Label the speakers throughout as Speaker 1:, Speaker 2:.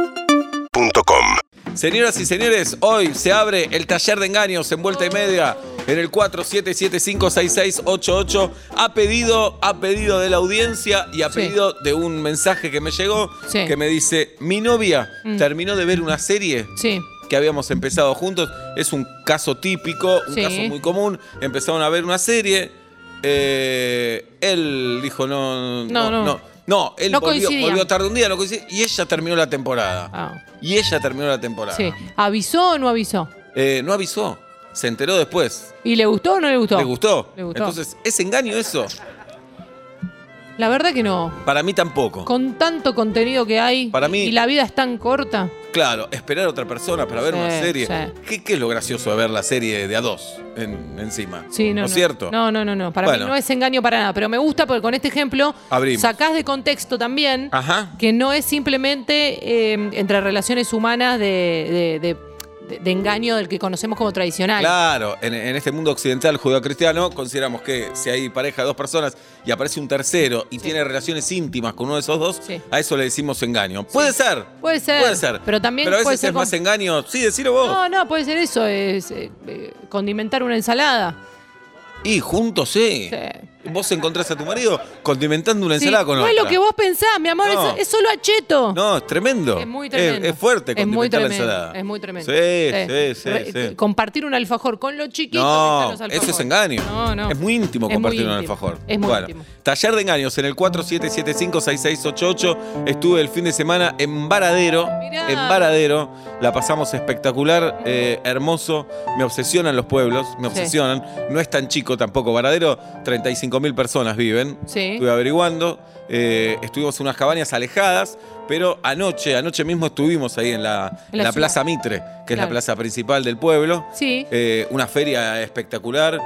Speaker 1: UrbanaPlayFM.com
Speaker 2: Señoras y señores, hoy se abre el taller de engaños en vuelta y media en el 47756688 a pedido, a pedido de la audiencia y a
Speaker 3: Sí.
Speaker 2: pedido de un mensaje que me llegó
Speaker 3: Sí. Mm.
Speaker 2: que me dice, mi novia terminó de ver una serie
Speaker 3: Sí.
Speaker 2: que habíamos empezado juntos, es un caso típico, un
Speaker 3: Sí.
Speaker 2: caso muy común, empezaron a ver una serie, eh, él dijo, no, no,
Speaker 3: No,
Speaker 2: no,
Speaker 3: no.
Speaker 2: no, él
Speaker 3: No
Speaker 2: volvió,
Speaker 3: coincidían.
Speaker 2: volvió tarde un día, no coincidía, y ella terminó la temporada.
Speaker 3: Ah,
Speaker 2: Y ella terminó la temporada.
Speaker 3: sí. ¿Avisó o no avisó?
Speaker 2: Eh, no avisó. Se enteró después.
Speaker 3: ¿Y le gustó o no le gustó?
Speaker 2: ¿Le gustó?
Speaker 3: Le gustó.
Speaker 2: Entonces, ¿es engaño eso?
Speaker 3: La verdad que no.
Speaker 2: Para mí tampoco.
Speaker 3: Con tanto contenido que hay
Speaker 2: Para mí-
Speaker 3: y la vida es tan corta.
Speaker 2: Claro, esperar a otra persona para ver
Speaker 3: Sí,
Speaker 2: una serie.
Speaker 3: sí.
Speaker 2: ¿Qué, qué es lo gracioso de ver la serie de a dos en- encima?
Speaker 3: Sí, no,
Speaker 2: ¿No es cierto?
Speaker 3: No, no, no, no. Para
Speaker 2: Bueno.
Speaker 3: mí no es engaño para nada. Pero me gusta porque con este ejemplo
Speaker 2: Abrimos.
Speaker 3: sacás de contexto también
Speaker 2: Ajá.
Speaker 3: que no es simplemente eh, entre relaciones humanas de, de- de- de- de engaño del que conocemos como tradicional.
Speaker 2: Claro, en, en este mundo occidental judeocristiano consideramos que si hay pareja de dos personas y aparece un tercero y tiene relaciones íntimas con uno de esos dos,
Speaker 3: Sí.
Speaker 2: a eso le decimos engaño. Puede ser.
Speaker 3: Puede ser,
Speaker 2: Puede ser.
Speaker 3: pero también
Speaker 2: a veces
Speaker 3: puede ser
Speaker 2: es
Speaker 3: con-
Speaker 2: más engaño. Sí, decilo vos.
Speaker 3: No, no, puede ser eso, es eh, eh, condimentar una ensalada.
Speaker 2: Y juntos sí.
Speaker 3: Sí.
Speaker 2: Vos encontrás a tu marido condimentando una
Speaker 3: Sí,
Speaker 2: ensalada con
Speaker 3: no
Speaker 2: otra.
Speaker 3: es lo que vos pensás, mi amor,
Speaker 2: No.
Speaker 3: es, es solo acheto.
Speaker 2: No, es tremendo.
Speaker 3: Es muy tremendo.
Speaker 2: Es, es fuerte
Speaker 3: es
Speaker 2: condimentar
Speaker 3: muy tremendo,
Speaker 2: la ensalada.
Speaker 3: Es muy tremendo. Eh,
Speaker 2: Sí, sí, sí.
Speaker 3: Re-
Speaker 2: sí.
Speaker 3: Compartir un alfajor con los chiquitos. que
Speaker 2: No,
Speaker 3: están los
Speaker 2: eso es
Speaker 3: alfajores.
Speaker 2: engaño.
Speaker 3: No, no.
Speaker 2: Es muy íntimo
Speaker 3: Es muy
Speaker 2: compartir un
Speaker 3: íntimo.
Speaker 2: alfajor.
Speaker 3: Es muy
Speaker 2: bueno,
Speaker 3: íntimo.
Speaker 2: taller de engaños en el 47756688. Estuve el fin de semana en Varadero.
Speaker 3: Mirá.
Speaker 2: En Varadero. La pasamos espectacular, eh, hermoso. Me obsesionan los pueblos, me
Speaker 3: Sí.
Speaker 2: obsesionan. No es tan chico tampoco. Varadero, 35.000 personas viven.
Speaker 3: Sí.
Speaker 2: Estuve averiguando. eh, estuvimos en unas cabañas alejadas, pero anoche, anoche mismo estuvimos ahí en
Speaker 3: En la
Speaker 2: la, en la
Speaker 3: ciudad.
Speaker 2: Plaza Mitre, que es la
Speaker 3: Claro.
Speaker 2: plaza principal del pueblo.
Speaker 3: Sí.
Speaker 2: Eh, una feria espectacular,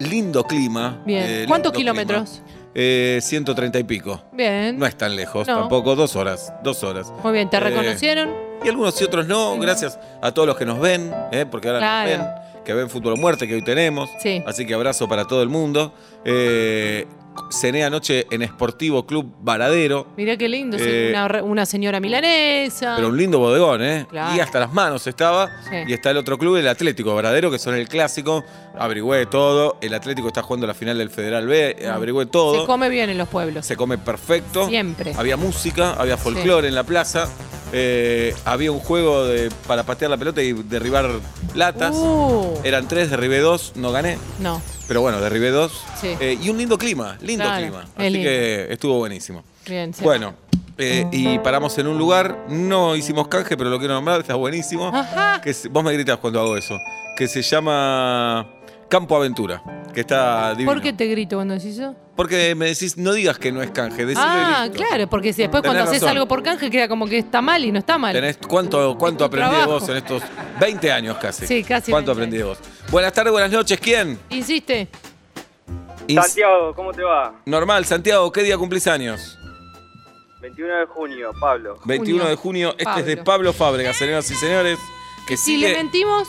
Speaker 2: lindo clima.
Speaker 3: Bien.
Speaker 2: eh,
Speaker 3: ¿Cuántos
Speaker 2: lindo
Speaker 3: kilómetros?
Speaker 2: clima. Eh, 130 y pico.
Speaker 3: Bien.
Speaker 2: No es tan lejos,
Speaker 3: No.
Speaker 2: tampoco, dos horas, dos horas.
Speaker 3: Muy bien, ¿te
Speaker 2: Eh,
Speaker 3: reconocieron?
Speaker 2: Y algunos y otros no, gracias a todos los que nos ven, eh, porque ahora nos
Speaker 3: Claro.
Speaker 2: ven, que ven Fútbol o Muerte, que hoy tenemos.
Speaker 3: Sí.
Speaker 2: Así que abrazo para todo el mundo. Eh, cené anoche en Esportivo Club Varadero.
Speaker 3: Mirá qué lindo, sí,
Speaker 2: Eh,
Speaker 3: una, re- una señora milanesa.
Speaker 2: Pero un lindo bodegón, ¿eh?
Speaker 3: Claro.
Speaker 2: Y hasta las manos estaba.
Speaker 3: Sí.
Speaker 2: Y está el otro club, el Atlético Varadero, que son el clásico. Averigüé todo. El Atlético está jugando la final del Federal B. eh, Averigüé todo.
Speaker 3: Mm. Se come bien en los pueblos.
Speaker 2: Se come perfecto.
Speaker 3: Siempre.
Speaker 2: Había música, había folclore en la plaza. eh, había un juego de- para patear la pelota y derribar latas.
Speaker 3: Uh,
Speaker 2: Eran tres, derribé dos, no gané.
Speaker 3: no,
Speaker 2: Pero bueno, derribé dos.
Speaker 3: Sí.
Speaker 2: Eh, y un lindo clima, lindo
Speaker 3: Claro,
Speaker 2: clima.
Speaker 3: es
Speaker 2: Así
Speaker 3: lindo.
Speaker 2: que estuvo buenísimo.
Speaker 3: bien. se-
Speaker 2: Bueno, eh,
Speaker 3: Mm.
Speaker 2: y paramos en un lugar, no hicimos canje, pero lo quiero nombrar, está buenísimo.
Speaker 3: Ajá.
Speaker 2: Que se- vos me gritas cuando hago eso, que se llama Campo Aventura, que está divino.
Speaker 3: ¿Por qué te grito cuando decís eso?
Speaker 2: Porque me decís, no digas que no es canje, decime
Speaker 3: ah,
Speaker 2: listo.
Speaker 3: claro, porque si después cuando
Speaker 2: Tenés
Speaker 3: haces
Speaker 2: razón.
Speaker 3: algo por canje queda como que está mal y no está mal.
Speaker 2: Tenés- ¿Cuánto, cuánto
Speaker 3: tu
Speaker 2: aprendí de
Speaker 3: trabajo.
Speaker 2: vos en estos 20 años casi?
Speaker 3: Sí, casi
Speaker 2: ¿Cuánto
Speaker 3: 20
Speaker 2: aprendí de vos? Buenas tardes, buenas noches, ¿quién?
Speaker 3: Insiste.
Speaker 2: Ins-
Speaker 4: Santiago, ¿cómo te va?
Speaker 2: Normal, Santiago, ¿qué día cumplís años?
Speaker 4: 21 de junio, Pablo.
Speaker 2: 21 de junio, este es de Pablo Fábregas, señoras y señores. Que
Speaker 3: Si le
Speaker 2: sigue.
Speaker 3: mentimos,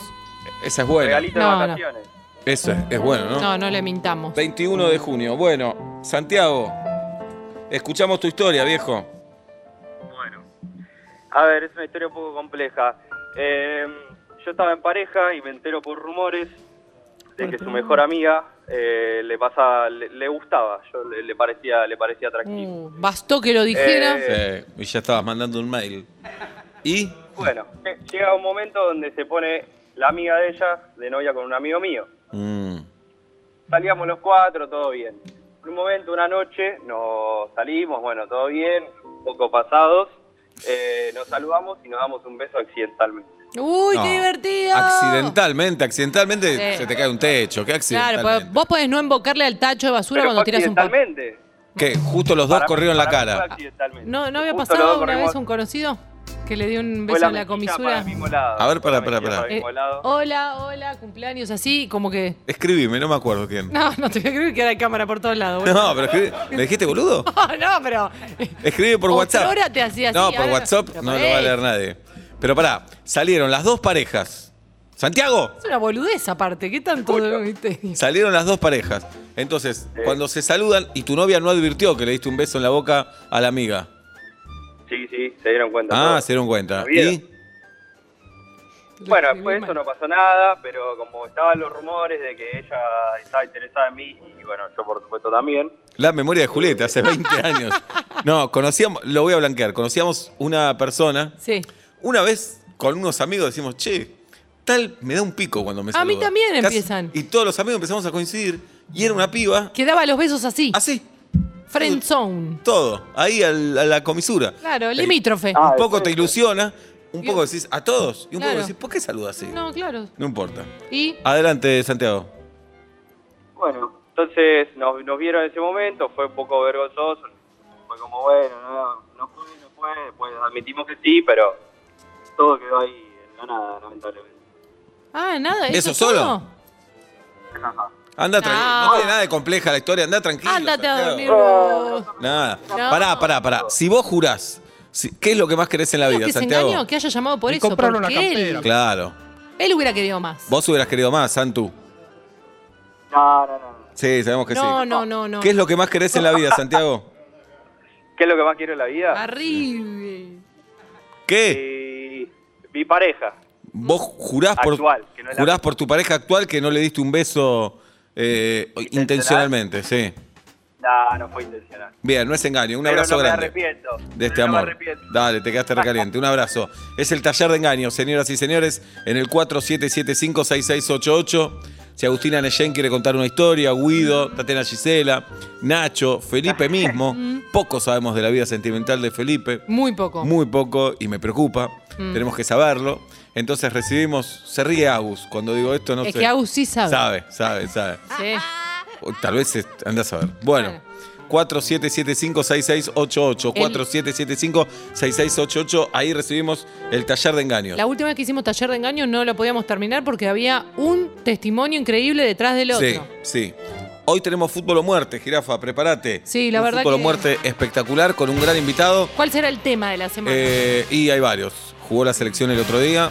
Speaker 2: Esa es buena.
Speaker 4: Regalito
Speaker 3: No, no.
Speaker 4: de vacaciones.
Speaker 2: Eso es, es bueno, ¿no?
Speaker 3: no, no le mintamos.
Speaker 2: 21 de junio. Bueno, Santiago, escuchamos tu historia, viejo.
Speaker 4: Bueno. A ver, es una historia un poco compleja. Eh, yo estaba en pareja y me entero por rumores de que su mejor amiga eh, le pasa, le, le gustaba, yo le, le parecía, le parecía atractivo.
Speaker 3: Uh, bastó que lo dijera.
Speaker 4: Eh,
Speaker 2: Sí, y ya estabas mandando un mail. ¿Y?
Speaker 4: Bueno, lle- llega un momento donde se pone la amiga de ella de novia con un amigo mío.
Speaker 2: Mm,
Speaker 4: Salíamos los cuatro, todo bien. En un momento, una noche, nos salimos, bueno, todo bien, un poco pasados, eh, nos saludamos y nos damos un beso accidentalmente.
Speaker 3: Uy,
Speaker 2: no.
Speaker 3: qué divertido.
Speaker 2: Accidentalmente, accidentalmente
Speaker 3: Sí.
Speaker 2: se te cae un techo. ¿Qué
Speaker 3: Claro,
Speaker 2: accidentalmente?
Speaker 3: porque pues, vos podés no embocarle al tacho de basura cuando tiras un papel.
Speaker 4: accidentalmente.
Speaker 2: Que justo los dos
Speaker 4: Para mí-
Speaker 2: corrieron la
Speaker 4: para mí fue
Speaker 2: cara.
Speaker 4: accidentalmente.
Speaker 3: ¿No, ¿No había
Speaker 4: Justo los
Speaker 3: pasado
Speaker 4: dos
Speaker 3: una vez
Speaker 4: corrimos-
Speaker 3: un conocido que le dio un
Speaker 4: fue
Speaker 3: beso en
Speaker 4: mejilla
Speaker 3: la
Speaker 4: Para
Speaker 3: comisura?
Speaker 4: el mismo lado.
Speaker 2: A ver, pará,
Speaker 4: Fue la
Speaker 2: pará,
Speaker 4: mejilla
Speaker 2: pará.
Speaker 4: para el
Speaker 3: Eh,
Speaker 4: mismo lado.
Speaker 3: hola, hola, cumpleaños, así como que...
Speaker 2: Escribime, no me acuerdo quién.
Speaker 3: No, no te voy a creer que era cámara por todos lados. boludo.
Speaker 2: No, pero escribí- ¿me dijiste boludo?
Speaker 3: no, pero...
Speaker 2: Escribe por WhatsApp.
Speaker 3: Ahora te hacía así.
Speaker 2: No, por
Speaker 3: ahora-
Speaker 2: WhatsApp
Speaker 3: Pero
Speaker 2: no lo
Speaker 3: pará,
Speaker 2: va a leer nadie. Pero pará, salieron las dos parejas. Santiago,
Speaker 3: Es una boludez aparte, ¿qué tanto... viste?
Speaker 2: Salieron las dos parejas. Entonces, cuando se saludan y tu novia no advirtió que le diste un beso en la boca a la amiga.
Speaker 4: sí, se dieron cuenta.
Speaker 2: Ah,
Speaker 4: todos.
Speaker 2: se dieron cuenta.
Speaker 4: ¿Lo vieron?
Speaker 2: ¿Y?
Speaker 4: Bueno, después de eso no pasó nada, pero como estaban los rumores de que ella estaba interesada en mí, y bueno, yo por supuesto también,
Speaker 2: La memoria de Julieta, hace 20 años. No, conocíamos, lo voy a blanquear, conocíamos una persona.
Speaker 3: Sí.
Speaker 2: Una vez con unos amigos decimos, che, tal me da un pico cuando me
Speaker 3: A mí
Speaker 2: saluda".
Speaker 3: también
Speaker 2: Casi-
Speaker 3: empiezan.
Speaker 2: Y todos los amigos empezamos a coincidir. Y era una piba,
Speaker 3: Que daba los besos así.
Speaker 2: así,
Speaker 3: Friend zone.
Speaker 2: todo, ahí al- a la comisura.
Speaker 3: Claro,
Speaker 2: Eh,
Speaker 3: limítrofe.
Speaker 4: Ah,
Speaker 2: Un poco
Speaker 4: sí.
Speaker 2: te ilusiona, un
Speaker 3: Y-
Speaker 2: poco decís a todos, y un
Speaker 3: Claro.
Speaker 2: poco decís, ¿por qué saluda así? No.
Speaker 3: No, claro.
Speaker 2: importa.
Speaker 3: Y
Speaker 2: Adelante, Santiago.
Speaker 4: Bueno, entonces nos, nos vieron en ese momento, fue un poco vergonzoso, fue como, bueno, no, no fue, no fue, pues admitimos que sí, pero todo quedó ahí en la nada, lamentablemente.
Speaker 3: ah, nada, eso,
Speaker 2: ¿Eso
Speaker 3: es todo?
Speaker 2: solo? Anda tranquilo, no.
Speaker 3: No.
Speaker 2: tiene nada de compleja la historia, anda tranquilo.
Speaker 3: Ándate a
Speaker 2: Santiago.
Speaker 3: dormir.
Speaker 4: Santiago.
Speaker 2: Nada.
Speaker 3: No.
Speaker 2: Pará, pará, pará. Si vos jurás, si- ¿qué es lo que más querés en la
Speaker 3: Digo
Speaker 2: vida,
Speaker 3: que se
Speaker 2: Santiago?
Speaker 3: engañó, que haya llamado por
Speaker 1: Me
Speaker 3: eso.
Speaker 1: compraron
Speaker 3: porque
Speaker 1: la
Speaker 3: él,
Speaker 1: campera.
Speaker 2: Claro.
Speaker 3: él hubiera querido más.
Speaker 2: Vos hubieras querido más, Santu.
Speaker 4: No, no, no.
Speaker 2: Sí, sabemos que
Speaker 3: no,
Speaker 2: sí.
Speaker 3: no, no, no.
Speaker 2: ¿Qué es lo que más querés en la vida, Santiago?
Speaker 4: ¿Qué es lo que más quiero en la vida?
Speaker 3: Arriba.
Speaker 2: ¿Qué?
Speaker 4: Eh, mi pareja.
Speaker 2: Vos jurás,
Speaker 4: Actual,
Speaker 2: por,
Speaker 4: que no es la
Speaker 2: jurás
Speaker 4: mía.
Speaker 2: por tu pareja actual que no le diste un beso eh, intencionalmente, sí.
Speaker 4: No, no fue intencional.
Speaker 2: Bien, no es engaño. Un
Speaker 4: Pero
Speaker 2: abrazo
Speaker 4: no me
Speaker 2: grande.
Speaker 4: arrepiento.
Speaker 2: de este
Speaker 4: Pero no me
Speaker 2: amor.
Speaker 4: arrepiento.
Speaker 2: Dale, te quedaste recaliente. Un abrazo. Es el taller de engaños, señoras y señores, en el 47756688. Si Agustina Neyen quiere contar una historia, Guido, Tatiana Gisela, Nacho, Felipe mismo. Poco sabemos de la vida sentimental de Felipe.
Speaker 3: Muy poco. Mm.
Speaker 2: Muy poco y me preocupa. Tenemos que saberlo. Entonces recibimos. Se ríe Agus cuando digo esto, no
Speaker 3: es
Speaker 2: sé.
Speaker 3: que Agus sí sabe.
Speaker 2: Sabe, sabe, sabe.
Speaker 3: Sí.
Speaker 2: O Tal vez es- andás a ver. Bueno. 4775-6688.
Speaker 3: El-
Speaker 2: 4775-6688. Ahí recibimos el taller de engaños.
Speaker 3: La última vez que hicimos taller de engaño no lo podíamos terminar porque había un testimonio increíble detrás del otro.
Speaker 2: Sí, sí. Hoy tenemos fútbol o muerte, jirafa, prepárate.
Speaker 3: Sí, la
Speaker 2: Un
Speaker 3: verdad
Speaker 2: Fútbol o
Speaker 3: que-
Speaker 2: muerte espectacular con un gran invitado.
Speaker 3: ¿Cuál será el tema de la semana?
Speaker 2: Eh, y hay varios. Jugó la selección el otro día.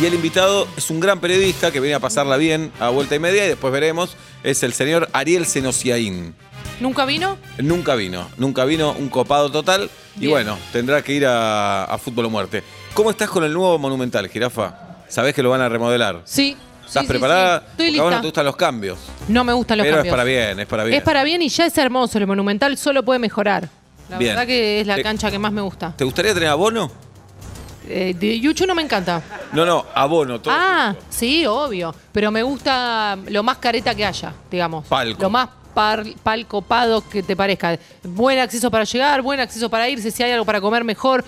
Speaker 2: Y el invitado es un gran periodista que viene a pasarla bien a vuelta y media y después veremos. Es el señor Ariel Senosiaín.
Speaker 3: ¿Nunca vino?
Speaker 2: Nunca vino, nunca vino, un copado total. Y
Speaker 3: Bien.
Speaker 2: bueno, tendrá que ir a, a Fútbol o Muerte. ¿Cómo estás con el nuevo Monumental, Jirafa? Sabés que lo van a remodelar.
Speaker 3: Sí.
Speaker 2: ¿Estás
Speaker 3: Sí, sí,
Speaker 2: preparada?
Speaker 3: sí. Estoy
Speaker 2: Porque a vos no
Speaker 3: lista.
Speaker 2: te gustan los cambios.
Speaker 3: No me gustan los
Speaker 2: pero
Speaker 3: cambios.
Speaker 2: es para bien, es para bien.
Speaker 3: Es para bien y ya es hermoso. El Monumental solo puede mejorar. La
Speaker 2: Bien. Eh.
Speaker 3: verdad que es la
Speaker 2: Te-
Speaker 3: cancha que más me gusta.
Speaker 2: ¿Te gustaría tener abono?
Speaker 3: Eh, de Yuchu no me encanta.
Speaker 2: No, no, abono, todo.
Speaker 3: ah, sí, obvio. Pero me gusta lo más careta que haya, digamos.
Speaker 2: Palco.
Speaker 3: Lo más par, palcopado que te parezca. Buen acceso para llegar, buen acceso para irse. Si hay algo para comer, mejor.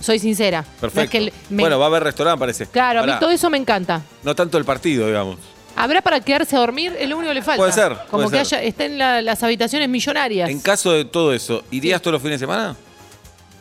Speaker 3: Soy sincera. No es
Speaker 2: Perfecto.
Speaker 3: que el- me-
Speaker 2: Bueno, va a haber restaurante, parece.
Speaker 3: claro, a
Speaker 2: Pará,
Speaker 3: mí todo eso me encanta.
Speaker 2: No tanto el partido, digamos.
Speaker 3: Habrá para quedarse a dormir, es lo único que le falta.
Speaker 2: Puede ser,
Speaker 3: Como
Speaker 2: puede
Speaker 3: que
Speaker 2: ser.
Speaker 3: haya, estén la- las habitaciones millonarias.
Speaker 2: En caso de todo eso, ¿irías
Speaker 3: Sí.
Speaker 2: todos los fines de semana?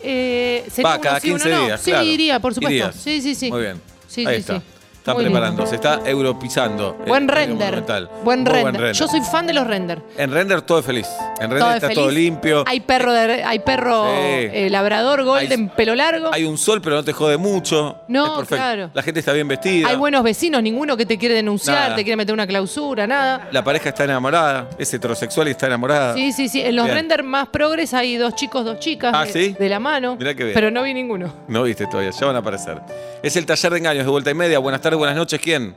Speaker 3: Eh, sería
Speaker 2: Va,
Speaker 3: uno
Speaker 2: cada
Speaker 3: sí, uno
Speaker 2: 15
Speaker 3: no.
Speaker 2: días.
Speaker 3: Sí,
Speaker 2: claro.
Speaker 3: iría, por supuesto.
Speaker 2: Irías.
Speaker 3: Sí, sí, sí.
Speaker 2: Muy bien.
Speaker 3: Sí,
Speaker 2: Ahí
Speaker 3: sí,
Speaker 2: está.
Speaker 3: sí.
Speaker 2: Está
Speaker 3: Muy bien.
Speaker 2: preparando, se está europizando. el-
Speaker 3: Buen
Speaker 2: el
Speaker 3: render.
Speaker 2: Monumental.
Speaker 3: Buen
Speaker 2: Muy
Speaker 3: render. Yo soy fan de los render.
Speaker 2: En render todo es feliz. En render
Speaker 3: Todo es
Speaker 2: está
Speaker 3: feliz.
Speaker 2: todo limpio.
Speaker 3: Hay perro, de- hay perro
Speaker 2: Sí.
Speaker 3: eh, labrador, golden, pelo largo.
Speaker 2: Hay un sol, pero no te jode mucho.
Speaker 3: No,
Speaker 2: Es perfecto.
Speaker 3: claro.
Speaker 2: La gente está bien vestida.
Speaker 3: Hay buenos vecinos, ninguno que te quiere denunciar,
Speaker 2: Nada.
Speaker 3: te quiere meter una clausura, nada.
Speaker 2: La pareja está enamorada. Es heterosexual y está enamorada.
Speaker 3: Sí, sí, sí. En los
Speaker 2: Bien.
Speaker 3: render más progres hay dos chicos, dos chicas
Speaker 2: Ah,
Speaker 3: de,
Speaker 2: ¿sí?
Speaker 3: de la mano.
Speaker 2: Mirá qué bien.
Speaker 3: Pero no vi ninguno.
Speaker 2: No viste todavía, ya van a aparecer. Es el taller de engaños de vuelta y media. Buenas tardes, buenas noches. ¿Quién?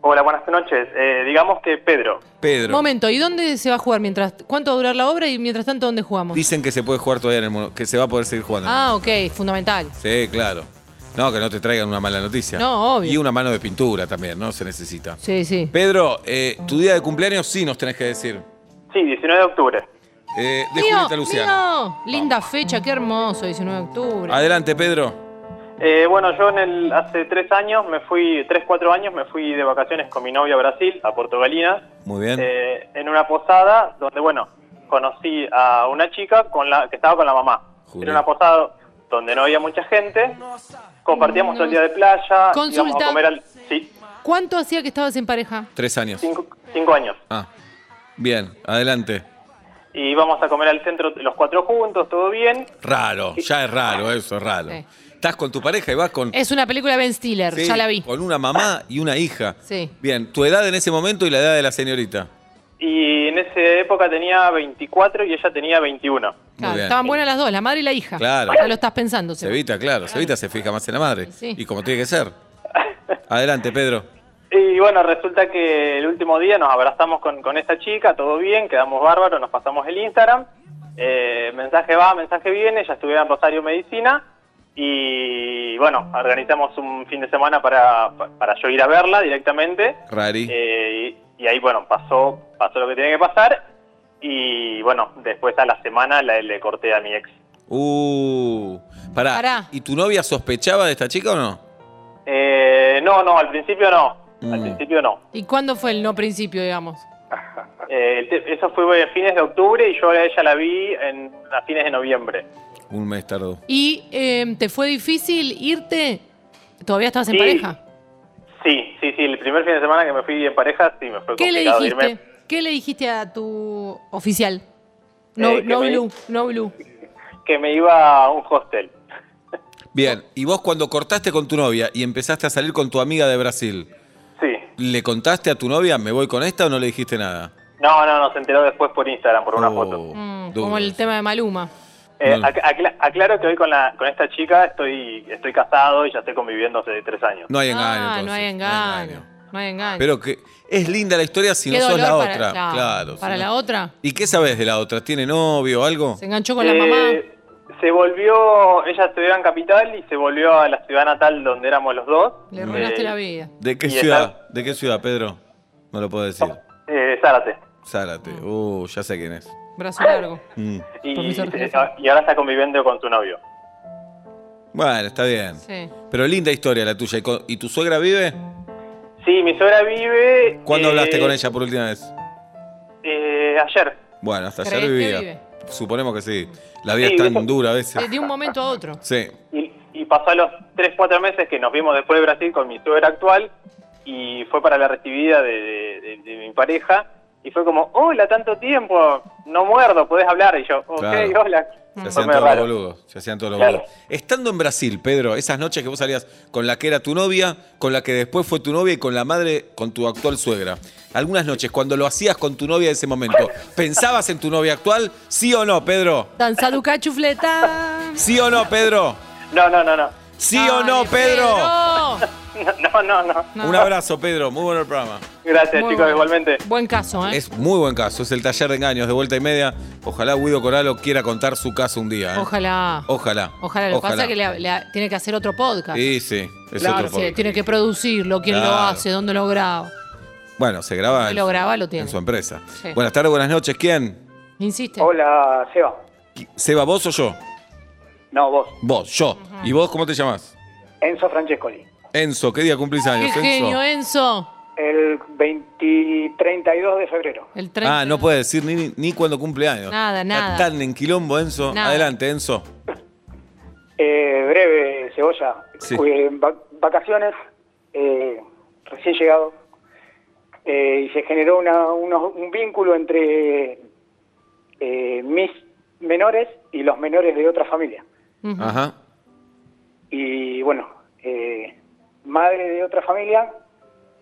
Speaker 4: Hola, buenas noches. Eh, digamos que Pedro.
Speaker 2: Pedro.
Speaker 3: Momento, ¿y dónde se va a jugar mientras? ¿Cuánto va a durar la obra y mientras tanto dónde jugamos?
Speaker 2: Dicen que se puede jugar todavía en el mundo, que se va a poder seguir jugando.
Speaker 3: Ah, ok, fundamental.
Speaker 2: Sí, claro. No, que no te traigan una mala noticia.
Speaker 3: No, obvio.
Speaker 2: Y una mano de pintura también, ¿no? Se necesita.
Speaker 3: Sí, sí.
Speaker 2: Pedro, eh, tu día de cumpleaños sí nos tenés que decir.
Speaker 4: Sí, 19 de octubre.
Speaker 2: Eh, de
Speaker 3: Mío,
Speaker 2: Julieta Luciana.
Speaker 3: mío. Linda fecha, qué hermoso, 19 de octubre.
Speaker 2: Adelante, Pedro.
Speaker 4: Eh, bueno, yo en el, hace tres años me fui, tres, cuatro años me fui de vacaciones con mi novia a Brasil, a Portugalina,
Speaker 2: Muy bien.
Speaker 4: eh, en una posada donde, bueno, conocí a una chica con la que estaba con la mamá.
Speaker 2: Jure.
Speaker 4: Era una posada donde no había mucha gente, compartíamos todo el día de playa, íbamos
Speaker 3: Consulta.
Speaker 4: a comer al... Sí,
Speaker 3: ¿Cuánto hacía que estabas en pareja?
Speaker 2: Tres años.
Speaker 4: cinco, cinco años.
Speaker 2: Ah, bien, adelante.
Speaker 4: Y íbamos a comer al centro los cuatro juntos, todo bien.
Speaker 2: Raro, ya es raro, eso es raro.
Speaker 3: Sí.
Speaker 2: Estás con tu pareja y vas con.
Speaker 3: Es una película de Ben Stiller,
Speaker 2: sí,
Speaker 3: ya la vi.
Speaker 2: Con una mamá y una hija.
Speaker 3: Sí.
Speaker 2: Bien, tu edad en ese momento y la edad de la señorita.
Speaker 4: Y en esa época tenía 24 y ella tenía 21.
Speaker 3: Claro,
Speaker 2: bien.
Speaker 3: estaban buenas las dos, la madre y la hija.
Speaker 2: Claro.
Speaker 3: Ya lo estás pensando. Seba.
Speaker 2: Cevita, claro. Cevita se fija más en la madre.
Speaker 3: Sí.
Speaker 2: Y como tiene que ser. Adelante, Pedro.
Speaker 1: Y bueno, resulta que el último día nos abrazamos con, con esta chica, todo bien, quedamos bárbaros, nos pasamos el Instagram. eh, mensaje va, mensaje viene, ya estuve en Rosario Medicina. Y bueno, organizamos un fin de semana para, para yo ir a verla directamente.
Speaker 2: Rari.
Speaker 1: Eh, y, y ahí, bueno, pasó, pasó lo que tenía que pasar. Y bueno, después a la semana la- le corté a mi ex.
Speaker 2: Uh. Pará.
Speaker 3: Pará.
Speaker 2: ¿Y tu novia sospechaba de esta chica o no?
Speaker 1: Eh, no, no, al principio no. Al
Speaker 2: Mm.
Speaker 1: principio no.
Speaker 3: ¿Y cuándo fue el no principio, digamos?
Speaker 1: Eh, el te- eso fue a fines de octubre y yo a ella la vi en, a fines de noviembre.
Speaker 2: Un mes tardó.
Speaker 3: ¿Y eh, te fue difícil irte? ¿Todavía estabas en
Speaker 1: Sí.
Speaker 3: pareja?
Speaker 1: Sí, sí, sí, el primer fin de semana que me fui en pareja, sí, me fue
Speaker 3: ¿Qué le
Speaker 1: complicado
Speaker 3: dijiste?
Speaker 1: irme.
Speaker 3: ¿Qué le dijiste a tu oficial? No,
Speaker 1: Eh, que
Speaker 3: no
Speaker 1: me-
Speaker 3: blue, no blue.
Speaker 1: Que me iba a un hostel.
Speaker 2: Bien. Y vos, cuando cortaste con tu novia y empezaste a salir con tu amiga de Brasil,
Speaker 1: Sí.
Speaker 2: ¿le contaste a tu novia, me voy con esta o no le dijiste nada?
Speaker 1: No, no, no, se enteró después por Instagram, por una
Speaker 2: Oh,
Speaker 1: foto.
Speaker 3: Mm,
Speaker 2: duro.
Speaker 3: como el tema de Maluma.
Speaker 1: Eh,
Speaker 2: no.
Speaker 1: ac- acla- aclaro que hoy con, la, con esta chica estoy, estoy casado y ya estoy conviviendo hace tres años.
Speaker 2: No hay engaño.
Speaker 3: ah, no
Speaker 2: entonces,
Speaker 3: hay engaño. No hay engaño.
Speaker 2: Pero que es linda la historia si
Speaker 3: Qué
Speaker 2: no sos
Speaker 3: dolor
Speaker 2: la
Speaker 3: para-
Speaker 2: otra.
Speaker 3: claro,
Speaker 2: claro.
Speaker 3: para
Speaker 2: si
Speaker 3: la
Speaker 2: no-
Speaker 3: otra.
Speaker 2: ¿Y qué sabes de la otra? ¿Tiene novio o algo?
Speaker 3: Se enganchó con la
Speaker 1: Eh,
Speaker 3: mamá.
Speaker 1: Se volvió, ella estudiaba en Capital y se volvió a la ciudad natal donde éramos los dos.
Speaker 3: Le arruinaste
Speaker 1: Eh,
Speaker 3: la vida.
Speaker 2: ¿De qué
Speaker 1: y está-
Speaker 2: ciudad? ¿De qué ciudad, Pedro? No lo puedo decir.
Speaker 1: Eh, Zárate.
Speaker 2: Zárate. Uh, ya sé quién es.
Speaker 3: Brazo largo.
Speaker 2: Mm.
Speaker 1: Y,
Speaker 3: Profesor
Speaker 1: eh,
Speaker 3: Jefe.
Speaker 1: y ahora está conviviendo con su novio.
Speaker 2: Bueno, está bien.
Speaker 3: Sí.
Speaker 2: Pero linda historia la tuya. ¿Y co- ¿Y tu suegra vive?
Speaker 1: Sí, mi suegra vive.
Speaker 2: ¿Cuándo
Speaker 1: eh,
Speaker 2: hablaste con ella por última vez?
Speaker 1: Eh, ayer.
Speaker 2: Bueno, hasta
Speaker 3: ¿Crees
Speaker 2: ayer
Speaker 3: que
Speaker 2: vivía.
Speaker 3: vive? Eh,
Speaker 2: Suponemos que sí. La vida
Speaker 1: Sí,
Speaker 2: es tan
Speaker 1: vive.
Speaker 2: dura a
Speaker 3: De,
Speaker 2: veces.
Speaker 3: de un momento a otro.
Speaker 2: Sí.
Speaker 1: Y, y pasó a los 3, 4 meses que nos vimos después de Brasil con mi suegra actual y fue para la recibida de, de- de- de mi pareja y fue como, hola, tanto tiempo, no muerdo, podés hablar. Y yo, ok,
Speaker 2: Claro.
Speaker 1: hola.
Speaker 3: Mm.
Speaker 2: Se
Speaker 1: Fue
Speaker 2: hacían
Speaker 1: medio
Speaker 2: todos los
Speaker 1: raro.
Speaker 2: boludos. Se hacían todos los
Speaker 1: Claro.
Speaker 2: boludos. Estando en Brasil, Pedro, esas noches que vos salías con la que era tu novia, con la que después fue tu novia y con la madre, con tu actual suegra. Algunas noches, cuando lo hacías con tu novia de ese momento, ¿pensabas en tu novia actual? ¿Sí o no, Pedro?
Speaker 3: Danza Duca Chufleta.
Speaker 2: ¿Sí o no, Pedro?
Speaker 1: No, no, no, no.
Speaker 2: ¿Sí o no,
Speaker 3: Dale,
Speaker 2: Pedro?
Speaker 1: No, no, no.
Speaker 3: No.
Speaker 2: Un abrazo, Pedro. Muy bueno el programa.
Speaker 1: Gracias,
Speaker 3: Muy
Speaker 1: chicos,
Speaker 3: bueno.
Speaker 1: igualmente.
Speaker 3: Buen caso, ¿eh?
Speaker 2: Es muy buen caso. Es el taller de engaños de vuelta y media. Ojalá Guido Coralo quiera contar su caso un día. ¿eh?
Speaker 3: Ojalá.
Speaker 2: Ojalá.
Speaker 3: Ojalá. Lo que pasa es que le, le- tiene que hacer otro podcast.
Speaker 2: Sí, sí. Es
Speaker 3: Claro,
Speaker 2: otro
Speaker 3: sí,
Speaker 2: podcast.
Speaker 3: tiene que producirlo, quién lo
Speaker 2: Claro.
Speaker 3: hace, dónde lo graba.
Speaker 2: Bueno, se graba.
Speaker 3: Si
Speaker 2: en
Speaker 3: lo
Speaker 2: su-
Speaker 3: graba, lo tiene.
Speaker 2: En su empresa.
Speaker 3: Sí.
Speaker 2: Buenas tardes, buenas noches. ¿Quién?
Speaker 3: Insiste.
Speaker 5: Hola, Seba.
Speaker 2: ¿Qui- ¿Seba, vos o yo?
Speaker 5: No, vos.
Speaker 2: Vos, yo. ¿Y vos cómo te llamás?
Speaker 5: Enzo Francescoli.
Speaker 2: Enzo, ¿qué día cumplís
Speaker 3: Qué
Speaker 2: años,
Speaker 3: genio, eh,
Speaker 2: Enzo?
Speaker 3: Enzo.
Speaker 5: El 20, 32 de febrero.
Speaker 3: El 30.
Speaker 2: Ah, no puede decir ni, ni cuándo cumple años.
Speaker 3: Nada, nada.
Speaker 2: Está tan en quilombo, Enzo.
Speaker 3: Nada.
Speaker 2: Adelante, Enzo.
Speaker 5: Eh, breve, Cebolla.
Speaker 2: Sí.
Speaker 5: Eh, va- vacaciones, eh, recién llegado. Eh, y se generó una- unos- un vínculo entre eh, mis menores y los menores de otra familia.
Speaker 3: Ujú.
Speaker 2: Ajá.
Speaker 5: Y bueno, eh, madre de otra familia,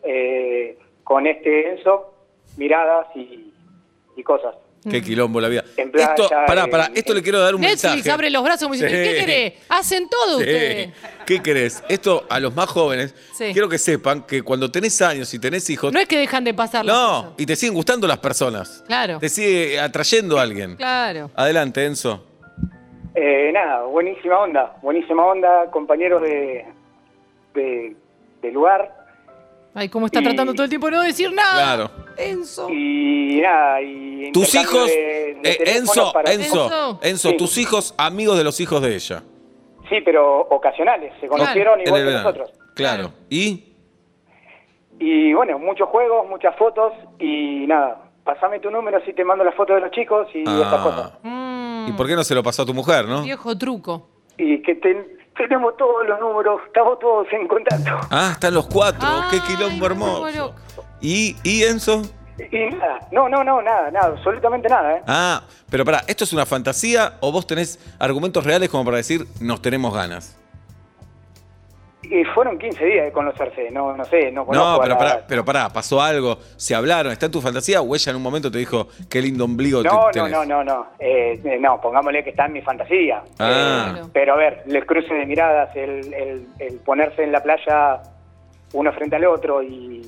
Speaker 5: eh, con este Enzo, miradas y- y cosas.
Speaker 2: Qué quilombo la vida.
Speaker 5: En playa,
Speaker 2: esto, pará,
Speaker 1: eh,
Speaker 5: en-
Speaker 2: pará, esto le quiero dar un
Speaker 3: Mm. Netflix
Speaker 2: mensaje.
Speaker 3: abre los brazos como diciendo,
Speaker 2: Sí.
Speaker 3: ¿qué querés? Hacen todo
Speaker 2: Sí.
Speaker 3: ustedes.
Speaker 2: ¿Qué querés? Esto a los más jóvenes,
Speaker 3: Sí.
Speaker 2: quiero que sepan que cuando tenés años y tenés hijos,
Speaker 3: No es que dejan de pasar las
Speaker 2: no,
Speaker 3: cosas.
Speaker 2: y te siguen gustando las personas.
Speaker 3: Claro.
Speaker 2: Te sigue atrayendo a alguien.
Speaker 3: Claro.
Speaker 2: Adelante, Enzo.
Speaker 5: Eh, nada, buenísima onda, buenísima onda, compañeros de, de, de lugar.
Speaker 3: Ay, cómo está
Speaker 5: Y-
Speaker 3: tratando todo el tiempo de no decir nada.
Speaker 2: Claro.
Speaker 3: Enzo.
Speaker 5: Y nada, y.
Speaker 2: Tus
Speaker 5: intercambio
Speaker 2: hijos,
Speaker 5: de- de
Speaker 2: eh,
Speaker 5: teléfonos
Speaker 2: Enzo,
Speaker 5: para-
Speaker 2: Enzo,
Speaker 3: Enzo.
Speaker 2: Enzo,
Speaker 5: Sí.
Speaker 2: tus hijos amigos de los hijos de ella.
Speaker 5: Sí, pero ocasionales, se conocieron
Speaker 2: En
Speaker 5: igual
Speaker 2: el
Speaker 5: que
Speaker 2: verano.
Speaker 5: nosotros.
Speaker 2: Claro. ¿Y?
Speaker 5: Y bueno, muchos juegos, muchas fotos y nada. Pasame tu número si te mando las fotos de los chicos y estas cosas.
Speaker 2: Ah, ¿Y por qué no se lo pasó a tu mujer, no?
Speaker 3: Viejo truco.
Speaker 5: Y que ten- tenemos todos los números, estamos todos en contacto.
Speaker 2: Ah, están los cuatro. qué
Speaker 3: Ay,
Speaker 2: quilombo
Speaker 3: me
Speaker 2: hermoso.
Speaker 3: muero.
Speaker 2: ¿Y, ¿Y Enzo?
Speaker 5: Y nada, no, no, no, nada, nada, absolutamente nada, ¿eh?
Speaker 2: Ah, pero pará, ¿esto es una fantasía o vos tenés argumentos reales como para decir nos tenemos ganas?
Speaker 5: Y fueron 15 días de conocerse, no, no sé, no conozco
Speaker 2: No,
Speaker 5: a
Speaker 2: pero
Speaker 5: la-
Speaker 2: pará, pero pará, pasó algo, se hablaron, ¿está en tu fantasía o ella en un momento te dijo qué lindo ombligo te-
Speaker 5: No, no,
Speaker 2: tenés?
Speaker 5: no, no, no. Eh, eh, no, pongámosle que está en mi fantasía.
Speaker 2: Ah.
Speaker 3: Claro.
Speaker 5: Pero a ver, el cruce de miradas, el, el- el ponerse en la playa uno frente al otro y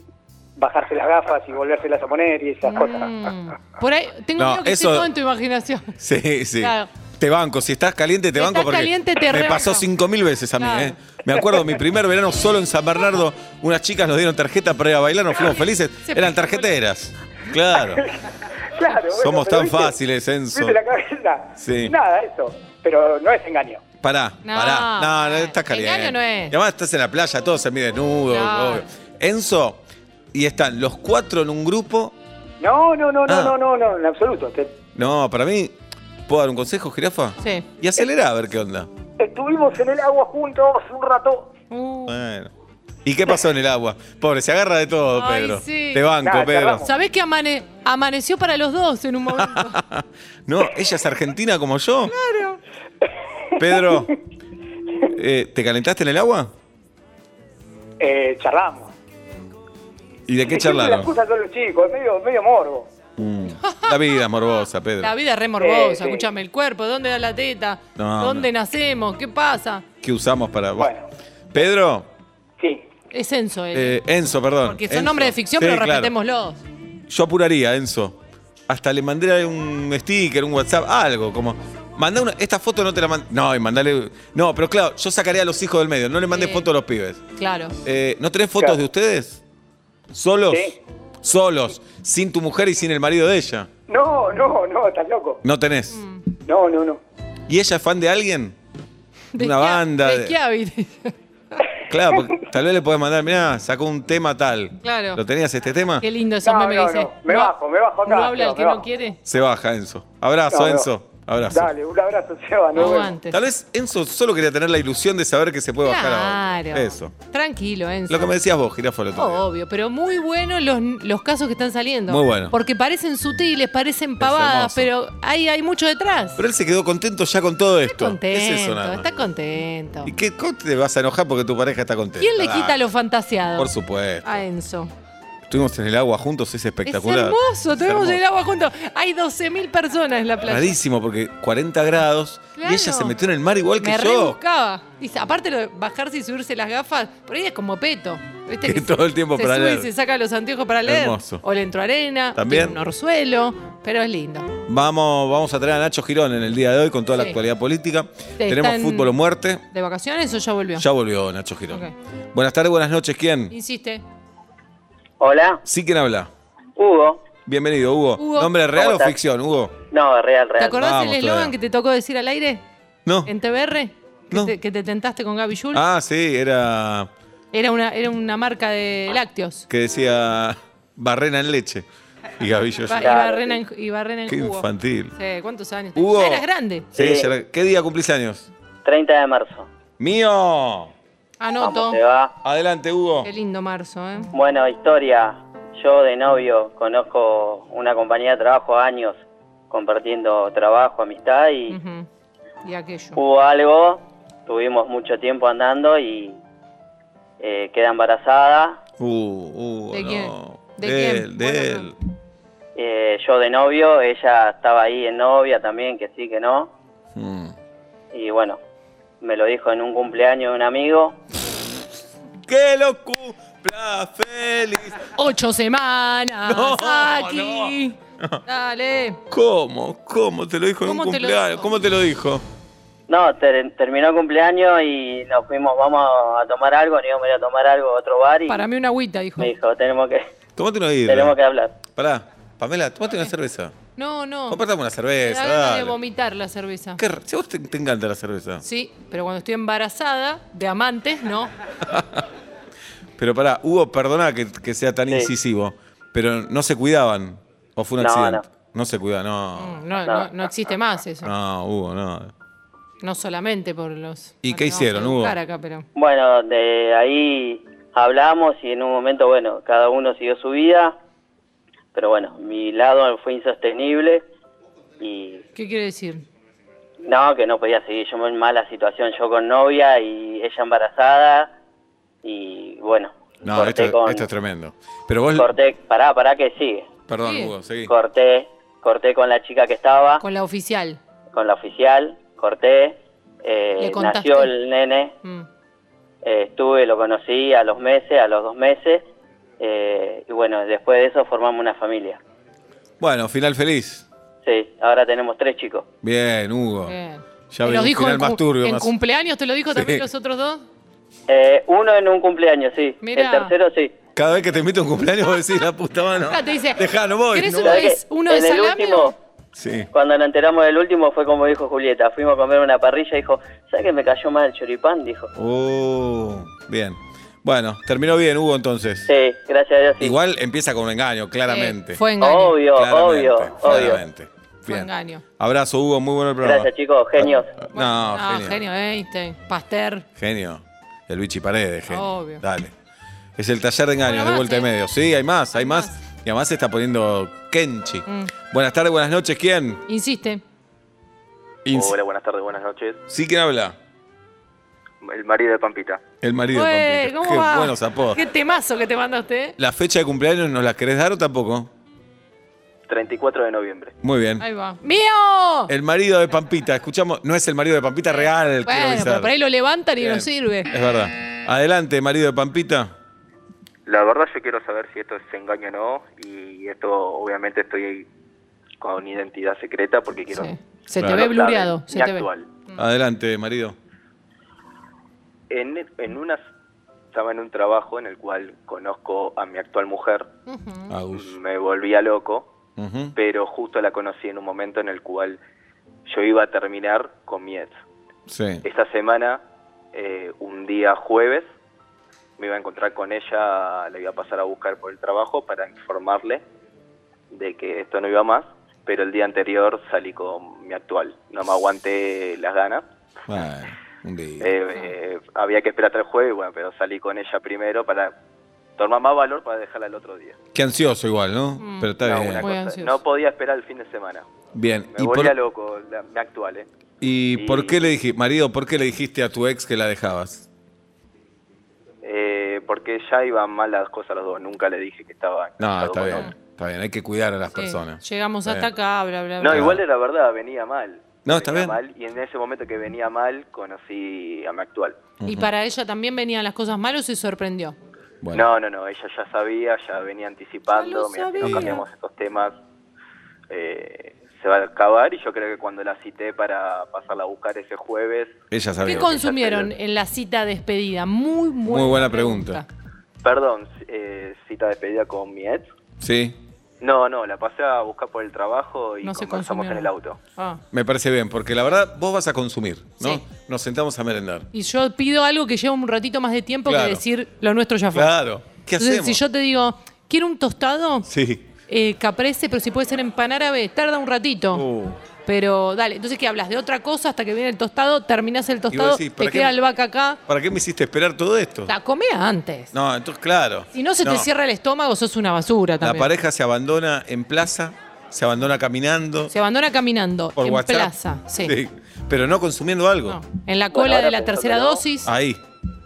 Speaker 5: bajarse las gafas y volvérselas a poner y esas cosas.
Speaker 3: Mm. Por ahí, tengo
Speaker 2: No,
Speaker 3: miedo que
Speaker 2: eso-
Speaker 3: esté todo en tu imaginación.
Speaker 2: Sí, sí.
Speaker 3: Claro.
Speaker 2: Te banco, si estás caliente te
Speaker 3: Si
Speaker 2: banco
Speaker 3: estás
Speaker 2: porque
Speaker 3: caliente, te
Speaker 2: me
Speaker 3: rebanco.
Speaker 2: pasó cinco mil veces a mí,
Speaker 3: Claro.
Speaker 2: ¿eh? Me acuerdo mi primer verano solo en San Bernardo, unas chicas nos dieron tarjeta para ir a bailar, nos fuimos felices,
Speaker 3: Se
Speaker 2: eran
Speaker 3: picó.
Speaker 2: tarjeteras. Claro.
Speaker 5: Claro, bueno,
Speaker 2: Somos
Speaker 5: pero
Speaker 2: tan
Speaker 5: ¿viste?
Speaker 2: fáciles, Enzo.
Speaker 5: ¿Viste la cabeza?
Speaker 2: Sí.
Speaker 5: Nada, eso. Pero no es engaño.
Speaker 2: Pará,
Speaker 3: No,
Speaker 2: pará. No, no estás
Speaker 3: engaño
Speaker 2: caliente.
Speaker 3: no es.
Speaker 2: Y además estás en la playa, todos se miden desnudo.
Speaker 3: No.
Speaker 2: obvio. Enzo, y están los cuatro en un grupo.
Speaker 5: No, no, no, no,
Speaker 2: Ah.
Speaker 5: no, no, no, en absoluto. Te-
Speaker 2: No, para mí, ¿puedo dar un consejo, jirafa?
Speaker 3: Sí.
Speaker 2: Y acelera a ver qué onda.
Speaker 5: estuvimos en el agua juntos un rato.
Speaker 3: Uh.
Speaker 2: Bueno. ¿Y qué pasó en el agua? Pobre, se agarra de todo,
Speaker 3: Ay,
Speaker 2: Oh, Pedro.
Speaker 3: sí.
Speaker 2: Te banco,
Speaker 5: Nah,
Speaker 2: Pedro.
Speaker 5: charlamos.
Speaker 3: ¿Sabés que amane- amaneció para los dos en un momento?
Speaker 2: No, ella es argentina como yo. Claro. Pedro, eh, ¿te calentaste en el agua?
Speaker 5: Eh, charlamos.
Speaker 2: ¿Y de qué
Speaker 5: Siempre Las
Speaker 2: charlaron?
Speaker 5: cosas son los chicos, es medio, medio morbo.
Speaker 2: Mm. La vida es morbosa, Pedro.
Speaker 3: La vida es re morbosa,
Speaker 5: Sí, sí.
Speaker 3: escúchame, el cuerpo, ¿dónde da la teta?
Speaker 2: No,
Speaker 3: ¿Dónde nacemos? ¿Qué pasa?
Speaker 2: ¿Qué usamos para...?
Speaker 5: Bueno.
Speaker 2: Pedro,
Speaker 5: Sí.
Speaker 3: Es Enzo él.
Speaker 2: eh, Enzo, perdón.
Speaker 3: Porque son
Speaker 2: Enzo.
Speaker 3: nombres de ficción,
Speaker 2: Sí,
Speaker 3: pero
Speaker 2: claro.
Speaker 3: respetémoslos.
Speaker 2: Yo apuraría, Enzo. Hasta le mandé un sticker, un WhatsApp, algo como. Mandá una, esta foto no te la mandé. No, y mandale. No, pero claro, yo sacaría a los hijos del medio. No le mandé
Speaker 3: Sí.
Speaker 2: fotos a los pibes.
Speaker 3: Claro.
Speaker 2: Eh, ¿No tenés fotos
Speaker 5: Claro.
Speaker 2: de ustedes? ¿Solos?
Speaker 5: Sí.
Speaker 2: Solos. Sin tu mujer y sin el marido de ella.
Speaker 5: No, no, no, estás loco.
Speaker 2: No tenés.
Speaker 5: Mm. No, no, no.
Speaker 2: ¿Y ella es fan de alguien?
Speaker 3: ¿De
Speaker 2: Una
Speaker 3: qué-
Speaker 2: banda de-
Speaker 3: ¿De qué hábitos?
Speaker 2: Claro, porque tal vez le podés mandar, mirá, sacó un tema tal.
Speaker 3: Claro.
Speaker 2: ¿Lo tenías este tema?
Speaker 3: Qué lindo esos
Speaker 5: No,
Speaker 3: memes
Speaker 5: no,
Speaker 3: que dice.
Speaker 5: no. Me bajo, me bajo acá,
Speaker 3: ¿No habla
Speaker 5: no,
Speaker 3: el
Speaker 5: me
Speaker 3: que no
Speaker 5: bajo.
Speaker 3: quiere?
Speaker 2: Se baja, Enzo. Abrazo,
Speaker 5: No, no.
Speaker 2: Enzo. Abrazo.
Speaker 5: Dale, un abrazo, Seba. nos vemos.
Speaker 3: Aguante.
Speaker 2: Tal vez Enzo solo quería tener la ilusión de saber que se puede bajar ahora.
Speaker 3: Claro.
Speaker 2: Eso.
Speaker 3: Tranquilo, Enzo.
Speaker 2: Lo que me decías vos, Girafo, el otro día.
Speaker 3: Oh, Obvio, pero muy buenos los, los casos que están saliendo.
Speaker 2: Muy bueno.
Speaker 3: Porque parecen sutiles, parecen pavadas,
Speaker 2: hermoso.
Speaker 3: pero hay, hay mucho detrás.
Speaker 2: Pero él se quedó contento ya con todo
Speaker 3: Oh. está
Speaker 2: esto.
Speaker 3: contento,
Speaker 2: es eso nada. más.
Speaker 3: está contento.
Speaker 2: ¿Y qué cómo te vas a enojar porque tu pareja está contenta?
Speaker 3: ¿Quién le
Speaker 2: Dale.
Speaker 3: quita lo fantaseado
Speaker 2: Por supuesto.
Speaker 3: a Enzo?
Speaker 2: Estuvimos en el agua juntos, es
Speaker 3: Es
Speaker 2: espectacular.
Speaker 3: hermoso,
Speaker 2: Es
Speaker 3: tenemos
Speaker 2: hermoso.
Speaker 3: el agua juntos. Hay 12.000 personas en la playa.
Speaker 2: Rarísimo, porque 40 grados
Speaker 3: Claro.
Speaker 2: y ella se metió en el mar igual que
Speaker 3: Me
Speaker 2: yo.
Speaker 3: rebuscaba. Dice, aparte lo de bajarse y subirse las gafas, por ahí es como peto. ¿Viste
Speaker 2: Que
Speaker 3: se-
Speaker 2: todo el tiempo
Speaker 3: se
Speaker 2: para
Speaker 3: sube
Speaker 2: leer.
Speaker 3: y se saca los anteojos para leer.
Speaker 2: Hermoso.
Speaker 3: O le entró arena,
Speaker 2: También.
Speaker 3: tiene un orzuelo, pero es lindo.
Speaker 2: Vamos, vamos a traer a Nacho Girón en el día de hoy con toda la
Speaker 3: Sí.
Speaker 2: actualidad política.
Speaker 3: Te
Speaker 2: Tenemos
Speaker 3: están-
Speaker 2: fútbol o muerte.
Speaker 3: ¿De vacaciones o ya volvió?
Speaker 2: Ya volvió Nacho Girón.
Speaker 3: Ok.
Speaker 2: Buenas tardes, buenas noches. ¿Quién?
Speaker 3: Insiste.
Speaker 6: Hola,
Speaker 2: Sí, ¿quién habla?
Speaker 6: Hugo.
Speaker 2: Bienvenido, Hugo.
Speaker 3: Hugo.
Speaker 2: ¿Nombre real
Speaker 6: ¿Cómo
Speaker 2: o
Speaker 6: estás?
Speaker 2: ficción, Hugo?
Speaker 6: No, real,
Speaker 3: ¿Te
Speaker 6: real.
Speaker 3: acordás
Speaker 2: Vamos
Speaker 3: el eslogan
Speaker 2: todavía.
Speaker 3: que te tocó decir al aire?
Speaker 2: No.
Speaker 3: ¿En TBR? Que,
Speaker 2: No.
Speaker 3: te, que te tentaste con Gaby Jules.
Speaker 2: Ah, sí, era
Speaker 3: Era, una, era una marca
Speaker 6: Ah.
Speaker 3: de lácteos.
Speaker 2: que decía barrena en leche. Y Gavillo.
Speaker 3: Iba,
Speaker 6: Claro.
Speaker 3: Barrena en, y Barrena en
Speaker 2: Qué
Speaker 3: jugo.
Speaker 2: infantil.
Speaker 3: Sí, ¿cuántos años?
Speaker 2: Hugo.
Speaker 3: Ya eras grande.
Speaker 2: Sí,
Speaker 6: Sí.
Speaker 2: ya era- ¿Qué día cumplís años?
Speaker 6: 30 de marzo.
Speaker 2: ¡Mío!
Speaker 3: Anoto.
Speaker 6: Vamos, se va.
Speaker 2: Adelante, Hugo.
Speaker 3: Qué lindo marzo, ¿eh?
Speaker 6: Bueno, historia. Yo de novio conozco una compañía de trabajo años, compartiendo trabajo, amistad y
Speaker 3: Ujú. Y aquello.
Speaker 6: hubo algo. Tuvimos mucho tiempo andando y eh, queda embarazada.
Speaker 2: Uh, uh,
Speaker 3: ¿De
Speaker 2: no.
Speaker 3: quién? ¿De
Speaker 2: De
Speaker 3: quién?
Speaker 2: él,
Speaker 3: Bueno,
Speaker 2: de él.
Speaker 6: Eh, yo de novio, ella estaba ahí en novia también, que sí, que no.
Speaker 2: Mm.
Speaker 6: Y bueno, me lo dijo en un cumpleaños de un amigo.
Speaker 2: ¡Que lo cumpla feliz!
Speaker 3: Ocho semanas
Speaker 2: No,
Speaker 3: aquí. Dale.
Speaker 2: ¿Cómo? ¿Cómo te lo dijo en un
Speaker 3: ¿Cómo te lo
Speaker 2: cumpleaños?
Speaker 3: dijo?
Speaker 2: ¿Cómo te lo dijo?
Speaker 6: No, ter- terminó el cumpleaños y nos fuimos, vamos a tomar algo, nos íbamos a ir a tomar algo a otro bar y
Speaker 3: Para mí una agüita, dijo.
Speaker 6: me dijo, tenemos que,
Speaker 2: Tomate una birra.
Speaker 6: tenemos que hablar.
Speaker 2: Pará, Pamela, tomate una cerveza.
Speaker 3: No, no.
Speaker 2: Compartamos una
Speaker 3: Me
Speaker 2: cerveza.
Speaker 3: da ganas de
Speaker 2: dale.
Speaker 3: vomitar la cerveza.
Speaker 2: Qué r- si a vos te, te encanta la cerveza.
Speaker 3: Sí, pero cuando estoy embarazada, de amantes, no.
Speaker 2: Pero pará, Hugo, perdona que, que sea tan incisivo, pero no se cuidaban. ¿O fue un
Speaker 6: No,
Speaker 2: accidente? No, se cuidaban, no.
Speaker 3: No, no, no existe más eso.
Speaker 2: No, Hugo, no.
Speaker 3: No solamente por los.
Speaker 2: ¿Y qué
Speaker 3: Ah, no,
Speaker 2: hicieron,
Speaker 3: que
Speaker 2: Hugo?
Speaker 3: buscar Acá, pero...
Speaker 6: Bueno, de ahí hablamos y en un momento, bueno, cada uno siguió su vida, pero bueno, mi lado fue insostenible y
Speaker 3: ¿Qué quiere decir?
Speaker 6: no, que no podía seguir yo en mala situación, yo con novia y ella embarazada y bueno,
Speaker 2: No,
Speaker 6: corté
Speaker 2: esto,
Speaker 6: con...
Speaker 2: esto es tremendo. Pero vos.
Speaker 6: corté, pará, pará que sigue.
Speaker 2: Perdón,
Speaker 3: Sí.
Speaker 2: Hugo, seguí.
Speaker 6: Corté, corté con la chica que estaba, con,
Speaker 3: Con la oficial.
Speaker 6: la oficial, corté, eh,
Speaker 3: ¿Le contaste?
Speaker 6: nació el nene,
Speaker 3: Mm.
Speaker 6: eh, estuve, lo conocí a los meses, a los dos meses, eh, y bueno, después de eso formamos una familia.
Speaker 2: Bueno, final feliz.
Speaker 6: Sí, ahora tenemos tres chicos.
Speaker 2: Bien, Hugo.
Speaker 3: Bien.
Speaker 2: Ya
Speaker 3: ¿Te
Speaker 2: veo
Speaker 3: lo
Speaker 2: un
Speaker 3: dijo
Speaker 2: final
Speaker 3: en,
Speaker 2: más
Speaker 3: cu-
Speaker 2: turbio,
Speaker 3: en
Speaker 2: más-
Speaker 3: cumpleaños? ¿Te lo dijo también
Speaker 2: Sí.
Speaker 3: los otros dos?
Speaker 6: Eh, uno en un cumpleaños, sí.
Speaker 3: Mirá.
Speaker 6: El tercero, sí.
Speaker 2: Cada vez que te invito a un cumpleaños vos decís la puta mano.
Speaker 3: Ah, te dice,
Speaker 2: Dejá, no voy.
Speaker 3: ¿querés
Speaker 2: no
Speaker 3: Uno
Speaker 2: voy".
Speaker 6: ¿Sabés
Speaker 3: es-
Speaker 6: qué?
Speaker 3: uno
Speaker 6: en
Speaker 3: es
Speaker 6: el
Speaker 3: salame
Speaker 6: último,
Speaker 2: Sí.
Speaker 6: cuando nos enteramos del último, fue como dijo Julieta. Fuimos a comer una parrilla y dijo, ¿sabes que me cayó mal el choripán? Dijo,
Speaker 2: Oh, bien. Bueno, terminó bien, Hugo, entonces.
Speaker 6: sí, gracias a Dios. sí".
Speaker 2: Igual empieza con un engaño, claramente.
Speaker 3: Eh, fue engaño.
Speaker 6: obvio,
Speaker 2: Claramente,
Speaker 6: obvio, obvio.
Speaker 2: claramente.
Speaker 3: Fue
Speaker 2: Bien.
Speaker 3: engaño.
Speaker 2: Abrazo, Hugo, muy bueno el programa.
Speaker 6: Oh. Gracias, chicos, genios.
Speaker 2: No,
Speaker 3: Bueno,
Speaker 2: Ah, genio. genio.
Speaker 3: genio. Einstein. Pasteur.
Speaker 2: De Luigi Paredes, genio.
Speaker 3: Obvio.
Speaker 2: Dale. Es el taller de engaños
Speaker 3: Bueno,
Speaker 2: de
Speaker 3: más,
Speaker 2: vuelta y
Speaker 3: ¿eh?
Speaker 2: medio. Sí, hay más, hay,
Speaker 3: Hay
Speaker 2: más.
Speaker 3: más.
Speaker 2: Y además se está poniendo Kenchi.
Speaker 3: Mm.
Speaker 2: Buenas tardes, buenas noches, ¿quién?
Speaker 3: Insiste.
Speaker 2: Ins-
Speaker 4: Hola, buenas tardes, buenas noches.
Speaker 2: Sí, ¿quién habla?
Speaker 4: El marido de Pampita.
Speaker 2: El marido.
Speaker 3: Ué,
Speaker 2: de Pampita.
Speaker 3: ¿cómo
Speaker 2: Qué
Speaker 3: va?
Speaker 2: buenos apodos.
Speaker 3: Qué temazo que te manda usted. eh.
Speaker 2: ¿La fecha de cumpleaños nos la querés dar o tampoco?
Speaker 4: 34 de noviembre.
Speaker 2: Muy bien.
Speaker 3: Ahí va. ¡Mío!
Speaker 2: El marido de Pampita, escuchamos, no es el marido de Pampita real, quiero
Speaker 3: bueno,
Speaker 2: avisar.
Speaker 3: pero por ahí lo levantan y
Speaker 2: Bien.
Speaker 3: no sirve.
Speaker 2: Es verdad. Adelante, marido de Pampita.
Speaker 4: La verdad yo quiero saber si esto es engaño o no y esto obviamente estoy con identidad secreta porque quiero...
Speaker 3: Sí. Se
Speaker 2: Claro.
Speaker 3: te ve blureado.
Speaker 4: Mi
Speaker 3: Se te ve. Mm.
Speaker 4: actual.
Speaker 2: Adelante, marido.
Speaker 4: En, en unas... Estaba en un trabajo en el cual conozco a mi actual mujer,
Speaker 3: Ujú.
Speaker 2: Agus.
Speaker 4: me volvía loco,
Speaker 2: Ujú.
Speaker 4: pero justo la conocí en un momento en el cual yo iba a terminar con mi ex.
Speaker 2: Sí.
Speaker 4: Esta semana, eh, un día jueves, me iba a encontrar con ella, la iba a pasar a buscar por el trabajo para informarle de que esto no iba más, pero el día anterior salí con mi actual, no me aguanté las ganas.
Speaker 2: Bueno, un día.
Speaker 4: Eh, eh, había que esperar hasta el jueves, bueno, pero salí con ella primero para tomar más valor para dejarla el otro día.
Speaker 2: Qué ansioso igual, ¿no?
Speaker 3: Mm.
Speaker 2: Pero está
Speaker 4: No,
Speaker 2: bien.
Speaker 4: una
Speaker 3: Muy
Speaker 4: cosa,
Speaker 3: ansioso.
Speaker 4: no podía esperar el fin de semana.
Speaker 2: Bien.
Speaker 4: Me
Speaker 2: ¿Y
Speaker 4: volvía
Speaker 2: por,
Speaker 4: loco, la- me actual, ¿eh?
Speaker 2: y por
Speaker 4: Y-
Speaker 2: qué le dijiste, marido, por qué le dijiste a tu ex que la dejabas?
Speaker 4: Eh, porque ya iban mal las cosas los dos, nunca le dije que estaba...
Speaker 2: No,
Speaker 4: casado
Speaker 2: está
Speaker 4: con
Speaker 2: bien.
Speaker 4: otra.
Speaker 2: Está bien, hay que cuidar a las
Speaker 3: Sí.
Speaker 2: personas.
Speaker 3: Llegamos
Speaker 2: Está
Speaker 3: hasta
Speaker 2: bien.
Speaker 3: acá, bla, bla, bla.
Speaker 4: No, igual era verdad, venía mal.
Speaker 2: No, está
Speaker 4: Venía
Speaker 2: bien.
Speaker 4: mal, y en ese momento que venía mal, conocí a mi actual.
Speaker 3: Y para ella también venían las cosas malas y se sorprendió.
Speaker 2: Bueno.
Speaker 4: No, no, no, ella ya sabía, ya venía
Speaker 3: Ya lo
Speaker 4: anticipando, mira, si no
Speaker 3: sabía.
Speaker 4: cambiamos estos temas, eh, se va a acabar, y yo creo que cuando la cité para pasarla a buscar ese jueves,
Speaker 2: Ella sabía.
Speaker 3: ¿Qué consumieron en la cita de despedida? Muy buena,
Speaker 2: Muy buena pregunta.
Speaker 4: perdón, eh, cita de despedida con mi ex.
Speaker 2: Sí.
Speaker 4: No,
Speaker 2: No,
Speaker 4: no, la pasé a buscar por el trabajo y
Speaker 3: No se
Speaker 4: conversamos
Speaker 3: consumió.
Speaker 4: en el auto.
Speaker 3: Ah.
Speaker 2: me parece bien, porque la verdad vos vas a consumir, ¿no?
Speaker 3: Sí.
Speaker 2: Nos sentamos a merendar.
Speaker 3: Y yo pido algo que lleve un ratito más de tiempo
Speaker 2: Claro.
Speaker 3: que decir lo nuestro ya fue.
Speaker 2: Claro. ¿Qué
Speaker 3: Entonces,
Speaker 2: hacemos?
Speaker 3: si yo te digo, quiero un tostado,
Speaker 2: Sí.
Speaker 3: eh, caprese, pero si puede ser en pan árabe, tarda un ratito.
Speaker 2: Uh.
Speaker 3: Pero dale, entonces ¿qué hablas de otra cosa hasta que viene el tostado, terminás el tostado,
Speaker 2: decís, ¿para
Speaker 3: te
Speaker 2: qué
Speaker 3: queda
Speaker 2: me-
Speaker 3: el vaca acá,
Speaker 2: ¿Para qué me hiciste esperar todo esto?
Speaker 3: la comé antes.
Speaker 2: No, entonces claro.
Speaker 3: Si no se te cierra el estómago, sos una basura
Speaker 2: La
Speaker 3: también.
Speaker 2: pareja se abandona en plaza, se abandona caminando.
Speaker 3: Se abandona caminando
Speaker 2: por
Speaker 3: en
Speaker 2: WhatsApp.
Speaker 3: plaza, sí.
Speaker 2: Pero no consumiendo algo.
Speaker 3: No, en la
Speaker 4: Bueno,
Speaker 3: cola
Speaker 4: ahora
Speaker 3: de la tercera
Speaker 4: pensándolo-
Speaker 3: dosis.
Speaker 2: Ahí.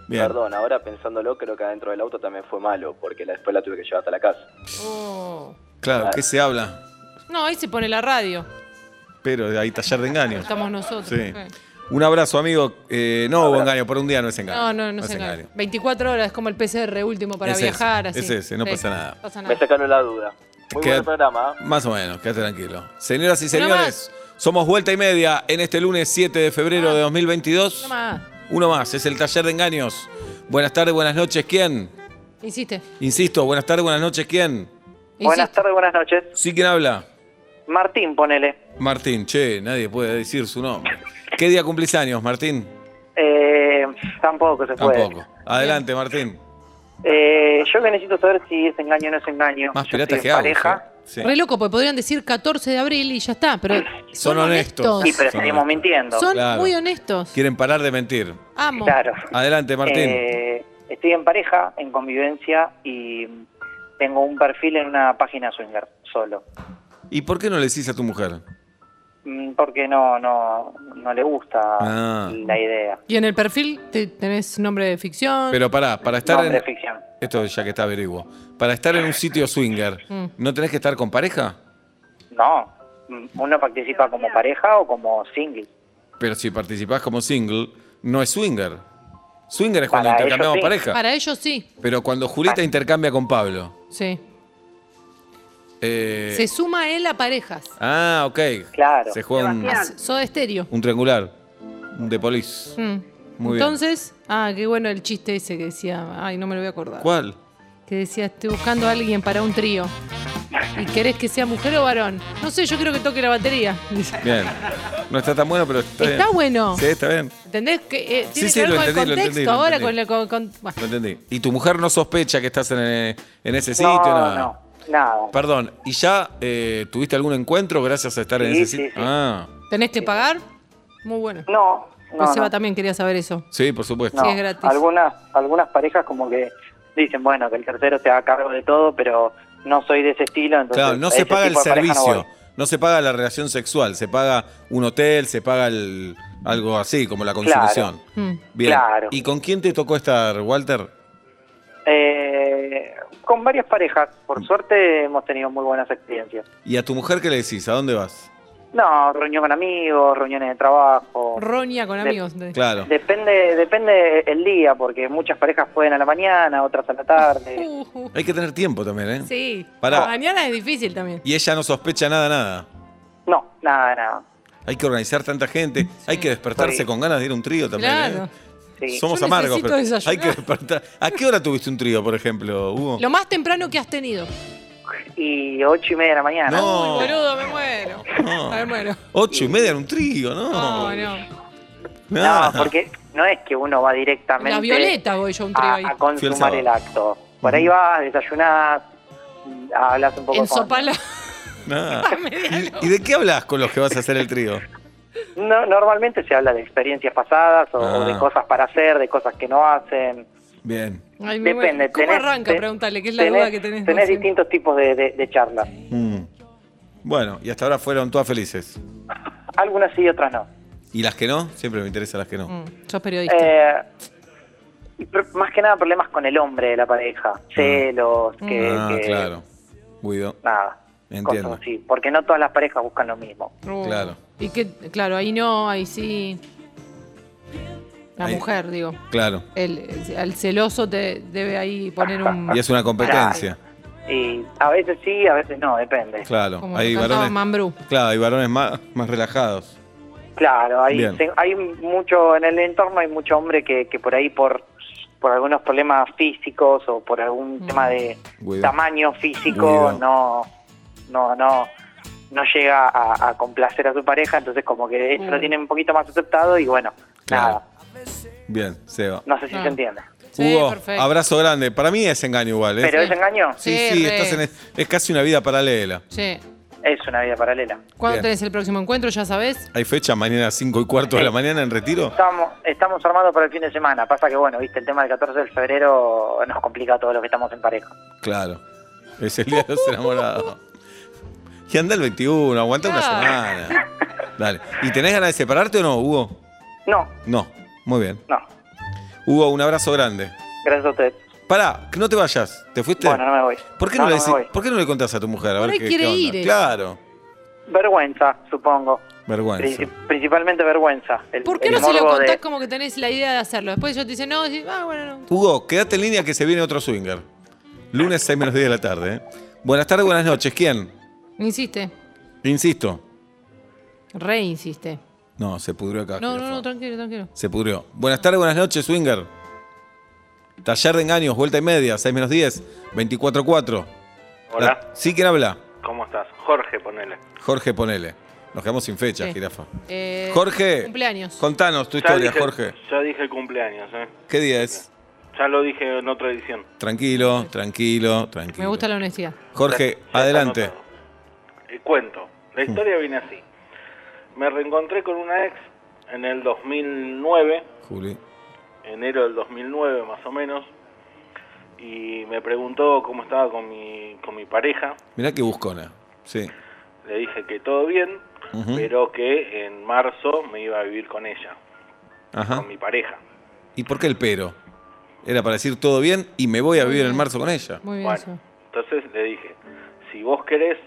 Speaker 2: Bien.
Speaker 4: Perdón, ahora pensándolo, creo que adentro del auto también fue malo, porque la- después la tuve que llevar hasta la casa.
Speaker 3: Oh.
Speaker 2: Claro, ¿qué se habla?
Speaker 3: No, ahí se pone la radio.
Speaker 2: Pero hay taller de engaños.
Speaker 3: Estamos nosotros.
Speaker 2: Sí.
Speaker 3: Eh.
Speaker 2: Un abrazo, amigo. Eh, no hubo engaño, por un día no es engaño.
Speaker 3: No, no, no,
Speaker 2: es
Speaker 3: se engaña. 24 horas como el PCR último para
Speaker 2: Es ese,
Speaker 3: viajar. así.
Speaker 2: es ese, no pasa nada.
Speaker 3: pasa
Speaker 4: Me sacaron la duda. Muy
Speaker 2: Queda-
Speaker 4: buen programa. ¿eh?
Speaker 2: Más o menos, quédate tranquilo. Señoras y
Speaker 3: Uno
Speaker 2: señores, somos vuelta y media en este lunes 7 de febrero
Speaker 3: Ah.
Speaker 2: de 2022.
Speaker 3: Nada más.
Speaker 2: Uno más, es el taller de engaños. Buenas tardes, buenas noches, ¿quién?
Speaker 3: Insiste.
Speaker 2: Insisto, buenas tardes, buenas noches, ¿quién?
Speaker 5: Buenas
Speaker 3: Insiste.
Speaker 5: tardes, buenas noches.
Speaker 2: ¿Sí quién habla?
Speaker 5: Martín, ponele.
Speaker 2: Martín, che, nadie puede decir su nombre. ¿Qué día cumplís años, Martín?
Speaker 5: Eh, tampoco se puede.
Speaker 2: Tampoco. Adelante, Martín.
Speaker 5: Eh, yo que necesito saber si es engaño o no es engaño.
Speaker 2: Más
Speaker 5: Yo estoy
Speaker 2: piratas
Speaker 5: en
Speaker 2: que hago.
Speaker 5: pareja.
Speaker 2: sí. Sí.
Speaker 3: Re loco, pues, porque podrían decir 14 de abril y ya está, pero son,
Speaker 2: Son honestos.
Speaker 3: honestos.
Speaker 5: Sí, pero
Speaker 2: Son
Speaker 5: seguimos
Speaker 2: honestos.
Speaker 5: mintiendo.
Speaker 3: Son
Speaker 2: Claro.
Speaker 3: muy honestos.
Speaker 2: Quieren parar de mentir.
Speaker 3: Amo.
Speaker 5: Claro.
Speaker 2: Adelante, Martín.
Speaker 5: Eh, estoy en pareja, en convivencia y tengo un perfil en una página swinger solo.
Speaker 2: ¿Y por qué no le decís a tu mujer?
Speaker 7: Mm, Porque no, no, no le gusta
Speaker 2: Ah.
Speaker 7: la idea.
Speaker 3: ¿Y en el perfil te- tenés nombre de ficción?
Speaker 2: Pero pará, para estar
Speaker 7: Nombre
Speaker 2: en.
Speaker 7: ficción.
Speaker 2: Esto ya que está averiguo. Para estar en un sitio swinger,
Speaker 3: Mm.
Speaker 2: ¿no tenés que estar con pareja?
Speaker 7: No, mm, uno participa como pareja o como single.
Speaker 2: Pero si participás como single, no es swinger. Swinger es cuando
Speaker 7: Para
Speaker 2: intercambiamos
Speaker 7: ellos sí. Ah.
Speaker 2: pareja.
Speaker 3: Para ellos sí,
Speaker 2: Pero cuando Julita intercambia con Pablo.
Speaker 3: sí.
Speaker 2: eh,
Speaker 3: Se suma él a parejas.
Speaker 2: Ah, ok.
Speaker 7: Claro.
Speaker 2: Se juega un,
Speaker 3: Soda estéreo.
Speaker 2: un triangular. Un de polis.
Speaker 3: Mm.
Speaker 2: Muy bien.
Speaker 3: Entonces, ah, qué bueno el chiste ese que decía, ay, no me lo voy a acordar.
Speaker 2: ¿Cuál?
Speaker 3: Que decía, estoy buscando a alguien para un trío. ¿Y querés que sea mujer o varón? No sé, yo quiero que toque la batería. Dice.
Speaker 2: Bien. No está tan bueno, pero está,
Speaker 3: Está
Speaker 2: bien.
Speaker 3: bueno.
Speaker 2: Sí, está bien.
Speaker 3: ¿Entendés? Que, eh,
Speaker 2: Sí,
Speaker 3: tiene
Speaker 2: sí,
Speaker 3: que ver
Speaker 2: lo
Speaker 3: con
Speaker 2: entendí,
Speaker 3: el
Speaker 2: lo
Speaker 3: contexto
Speaker 2: entendí, lo
Speaker 3: ahora, con, la-
Speaker 2: entendí.
Speaker 3: con- con- bueno.
Speaker 2: Lo entendí. ¿Y tu mujer no sospecha que estás en, eh, en ese sitio?
Speaker 7: no,
Speaker 2: nada?
Speaker 7: no, nada.
Speaker 2: Perdón, ¿y ya eh, tuviste algún encuentro gracias a estar en
Speaker 7: Sí,
Speaker 2: ese
Speaker 7: sí,
Speaker 2: sitio?
Speaker 7: sí.
Speaker 2: Ah,
Speaker 3: ¿Tenés que pagar? Muy bueno.
Speaker 7: No, no,
Speaker 3: Pues Seba
Speaker 7: no.
Speaker 3: también quería saber eso.
Speaker 2: sí, por supuesto.
Speaker 7: No,
Speaker 3: Sí, es gratis.
Speaker 7: Algunas, algunas parejas como que dicen, bueno, que el tercero se haga cargo de todo, pero no soy de ese estilo. Entonces
Speaker 2: Claro, no
Speaker 7: a
Speaker 2: se
Speaker 7: ese
Speaker 2: paga el
Speaker 7: tipo de pareja no
Speaker 2: servicio, no,
Speaker 7: voy.
Speaker 2: se paga la relación sexual, se paga un hotel, se paga el- algo así, como la consumición.
Speaker 3: Mm.
Speaker 2: Bien.
Speaker 7: Claro.
Speaker 2: ¿Y con quién te tocó estar, Walter?
Speaker 7: Eh, con varias parejas, por
Speaker 2: Mm.
Speaker 7: suerte hemos tenido muy buenas experiencias.
Speaker 2: ¿Y a tu mujer qué le decís? ¿A dónde vas?
Speaker 7: No, reunión con amigos, reuniones de trabajo.
Speaker 3: Roña con
Speaker 7: De-
Speaker 3: amigos.
Speaker 2: Claro.
Speaker 7: Depende, depende el día, porque muchas parejas pueden a la mañana, otras a la tarde.
Speaker 3: Uh, uh.
Speaker 2: Hay que tener tiempo también, ¿eh?
Speaker 3: Sí.
Speaker 2: Pará.
Speaker 3: Mañana es difícil también.
Speaker 2: Y ella no sospecha nada, nada.
Speaker 7: No, nada, nada.
Speaker 2: Hay que organizar tanta gente, hay que despertarse
Speaker 7: Sí.
Speaker 2: con ganas de ir a un trío también. ¿eh?
Speaker 3: Claro.
Speaker 7: Sí.
Speaker 2: Somos
Speaker 3: Yo
Speaker 2: amargos,
Speaker 3: necesito
Speaker 2: pero
Speaker 3: desayunar.
Speaker 2: hay que despertar. ¿A qué hora tuviste un trío, por ejemplo, Hugo?
Speaker 3: Lo más temprano que has tenido.
Speaker 7: Y ocho y media de la mañana.
Speaker 2: No.
Speaker 3: Uy, boludo, me muero.
Speaker 2: No.
Speaker 3: Me muero.
Speaker 2: Ocho y media en un trío, ¿no?
Speaker 3: No, no.
Speaker 7: No,
Speaker 2: Nada.
Speaker 7: porque no es que uno va directamente
Speaker 3: La Violeta voy yo a un trío
Speaker 7: a,
Speaker 3: ahí.
Speaker 7: a
Speaker 2: Fui el
Speaker 7: consumar
Speaker 2: sábado.
Speaker 7: el acto. Por ahí vas, desayunás, hablas un poco
Speaker 3: En
Speaker 7: con-
Speaker 3: Sopala.
Speaker 2: Nada. ¿Y, y de qué hablas con los que vas a hacer el trío?
Speaker 7: No, normalmente se habla de experiencias pasadas o, o
Speaker 2: Ah.
Speaker 7: de cosas para hacer, de cosas que no hacen.
Speaker 2: Bien.
Speaker 3: Ay, me
Speaker 7: Depende.
Speaker 3: muero. ¿Cómo
Speaker 7: tenés-
Speaker 3: arranca?
Speaker 7: te-
Speaker 3: Preguntale, que es la duda que tenés.
Speaker 7: Tenés
Speaker 3: Sí.
Speaker 7: distintos tipos de, de- de charlas.
Speaker 2: Mm. Bueno, y hasta ahora fueron todas felices.
Speaker 7: Algunas sí, otras no.
Speaker 2: ¿Y las que no? Siempre me interesan las que no.
Speaker 3: Mm, sos periodista.
Speaker 7: Eh, y pr- más que nada problemas con el hombre de la pareja. Celos,
Speaker 3: Mm.
Speaker 7: que...
Speaker 2: ah,
Speaker 7: que-
Speaker 2: claro. Guido.
Speaker 7: Nada.
Speaker 2: Entiendo.
Speaker 7: Cosas así. Porque no todas las parejas buscan lo mismo.
Speaker 3: Oh.
Speaker 2: claro.
Speaker 3: Y que, claro, ahí no, ahí sí. La
Speaker 2: Ahí-
Speaker 3: mujer, digo.
Speaker 2: Claro.
Speaker 3: El, el celoso te debe ahí poner un.
Speaker 2: Y es una competencia.
Speaker 7: Y a veces sí, a veces no, depende.
Speaker 2: Claro.
Speaker 3: Como
Speaker 2: hay
Speaker 3: lo cantaba
Speaker 2: varones.
Speaker 3: Mambrú.
Speaker 2: Claro, hay varones más, más relajados.
Speaker 7: Claro, hay,
Speaker 2: Bien.
Speaker 7: se- hay mucho en el entorno, hay mucho hombre que, que por ahí por por algunos problemas físicos o por algún
Speaker 3: Mm.
Speaker 7: tema de
Speaker 2: Guido.
Speaker 7: tamaño físico
Speaker 2: Guido.
Speaker 7: no no no no llega a, a complacer a su pareja, entonces como que
Speaker 3: Mm.
Speaker 7: esto lo tienen un poquito más aceptado y bueno,
Speaker 2: Claro.
Speaker 7: nada,
Speaker 2: Bien, Seba.
Speaker 7: no sé si
Speaker 3: Ah.
Speaker 7: se entiende.
Speaker 3: Sí,
Speaker 2: Hugo,
Speaker 3: perfecto.
Speaker 2: abrazo grande. Para mí es engaño igual, ¿eh?
Speaker 7: Pero es engaño,
Speaker 2: sí,
Speaker 3: Sí,
Speaker 2: sí,
Speaker 3: re.
Speaker 2: estás en es, es casi una vida paralela.
Speaker 3: Sí.
Speaker 7: es una vida paralela.
Speaker 3: ¿Cuándo
Speaker 2: Bien.
Speaker 3: tenés el próximo encuentro? ¿Ya sabés?
Speaker 2: ¿Hay fecha mañana a 5 y cuarto de la mañana en retiro?
Speaker 7: Estamos, estamos armados para el fin de semana, pasa que bueno, viste, el tema del 14 de febrero nos complica a todos los que estamos en pareja.
Speaker 2: Claro. Es el día de los enamorados. Y anda el 21, aguanta una
Speaker 3: Claro.
Speaker 2: semana. Dale. ¿Y tenés ganas de separarte o no, Hugo?
Speaker 7: No,
Speaker 2: No. Muy bien.
Speaker 7: no,
Speaker 2: Hugo, un abrazo grande.
Speaker 7: gracias a ustedes.
Speaker 2: Pará, que no te vayas. ¿Te fuiste?
Speaker 7: Bueno, no me voy.
Speaker 2: ¿Por qué no, le
Speaker 7: me
Speaker 2: decí-
Speaker 7: voy.
Speaker 2: ¿Por qué no le contás a tu mujer? A
Speaker 3: Por
Speaker 2: ver
Speaker 3: ahí
Speaker 2: qué,
Speaker 3: quiere
Speaker 2: qué onda?
Speaker 3: ir ella.
Speaker 2: Claro.
Speaker 7: Vergüenza, supongo.
Speaker 2: Vergüenza.
Speaker 7: Princip- principalmente vergüenza. El-
Speaker 3: ¿Por qué
Speaker 7: el
Speaker 3: no se lo
Speaker 7: morbo
Speaker 3: contás
Speaker 7: de-
Speaker 3: como que tenés la idea de hacerlo? Después ellos te dicen, no, sí, ah, bueno, no.
Speaker 2: Hugo, quédate en línea que se viene otro swinger. Lunes 6 menos 10 de la tarde. ¿eh? Buenas tardes, buenas noches. ¿Quién?
Speaker 3: Insiste.
Speaker 2: Insisto.
Speaker 3: Re insiste.
Speaker 2: Ah, No, se pudrió acá.
Speaker 3: No, no,
Speaker 2: jirafa.
Speaker 3: no, tranquilo, tranquilo.
Speaker 2: Se pudrió. Buenas tardes, buenas noches, Swinger. Taller de engaños, vuelta y media, 6 menos 10, 24-4.
Speaker 8: Hola.
Speaker 2: La- ¿Sí quién habla?
Speaker 8: ¿Cómo estás? Jorge, ponele.
Speaker 2: Jorge, ponele. Nos quedamos sin fecha,
Speaker 3: Sí.
Speaker 2: jirafa.
Speaker 3: Eh,
Speaker 2: Jorge.
Speaker 3: Cumpleaños.
Speaker 2: Contanos tu historia, Jorge.
Speaker 8: Ya dije el cumpleaños, ¿eh?
Speaker 2: ¿Qué día es?
Speaker 8: Ya lo dije en otra edición.
Speaker 2: Tranquilo, tranquilo, tranquilo.
Speaker 3: Me gusta la honestidad.
Speaker 2: Jorge,
Speaker 8: Ya- ya
Speaker 2: adelante.
Speaker 8: está anotado. Eh, cuento. La
Speaker 2: Mm.
Speaker 8: historia viene así. Me reencontré con una ex en el 2009,
Speaker 2: Juli.
Speaker 8: enero del 2009 más o menos, y me preguntó cómo estaba con mi, con mi pareja.
Speaker 2: Mirá que buscona. Sí.
Speaker 8: Le dije que todo bien.
Speaker 2: Ujú.
Speaker 8: pero que en marzo me iba a vivir con ella,
Speaker 2: Ajá.
Speaker 8: con mi pareja.
Speaker 2: ¿Y por qué el pero? Era para decir todo bien y me voy a vivir en marzo con ella.
Speaker 3: Muy bien
Speaker 8: Bueno,
Speaker 3: eso.
Speaker 8: entonces le dije, si vos querés,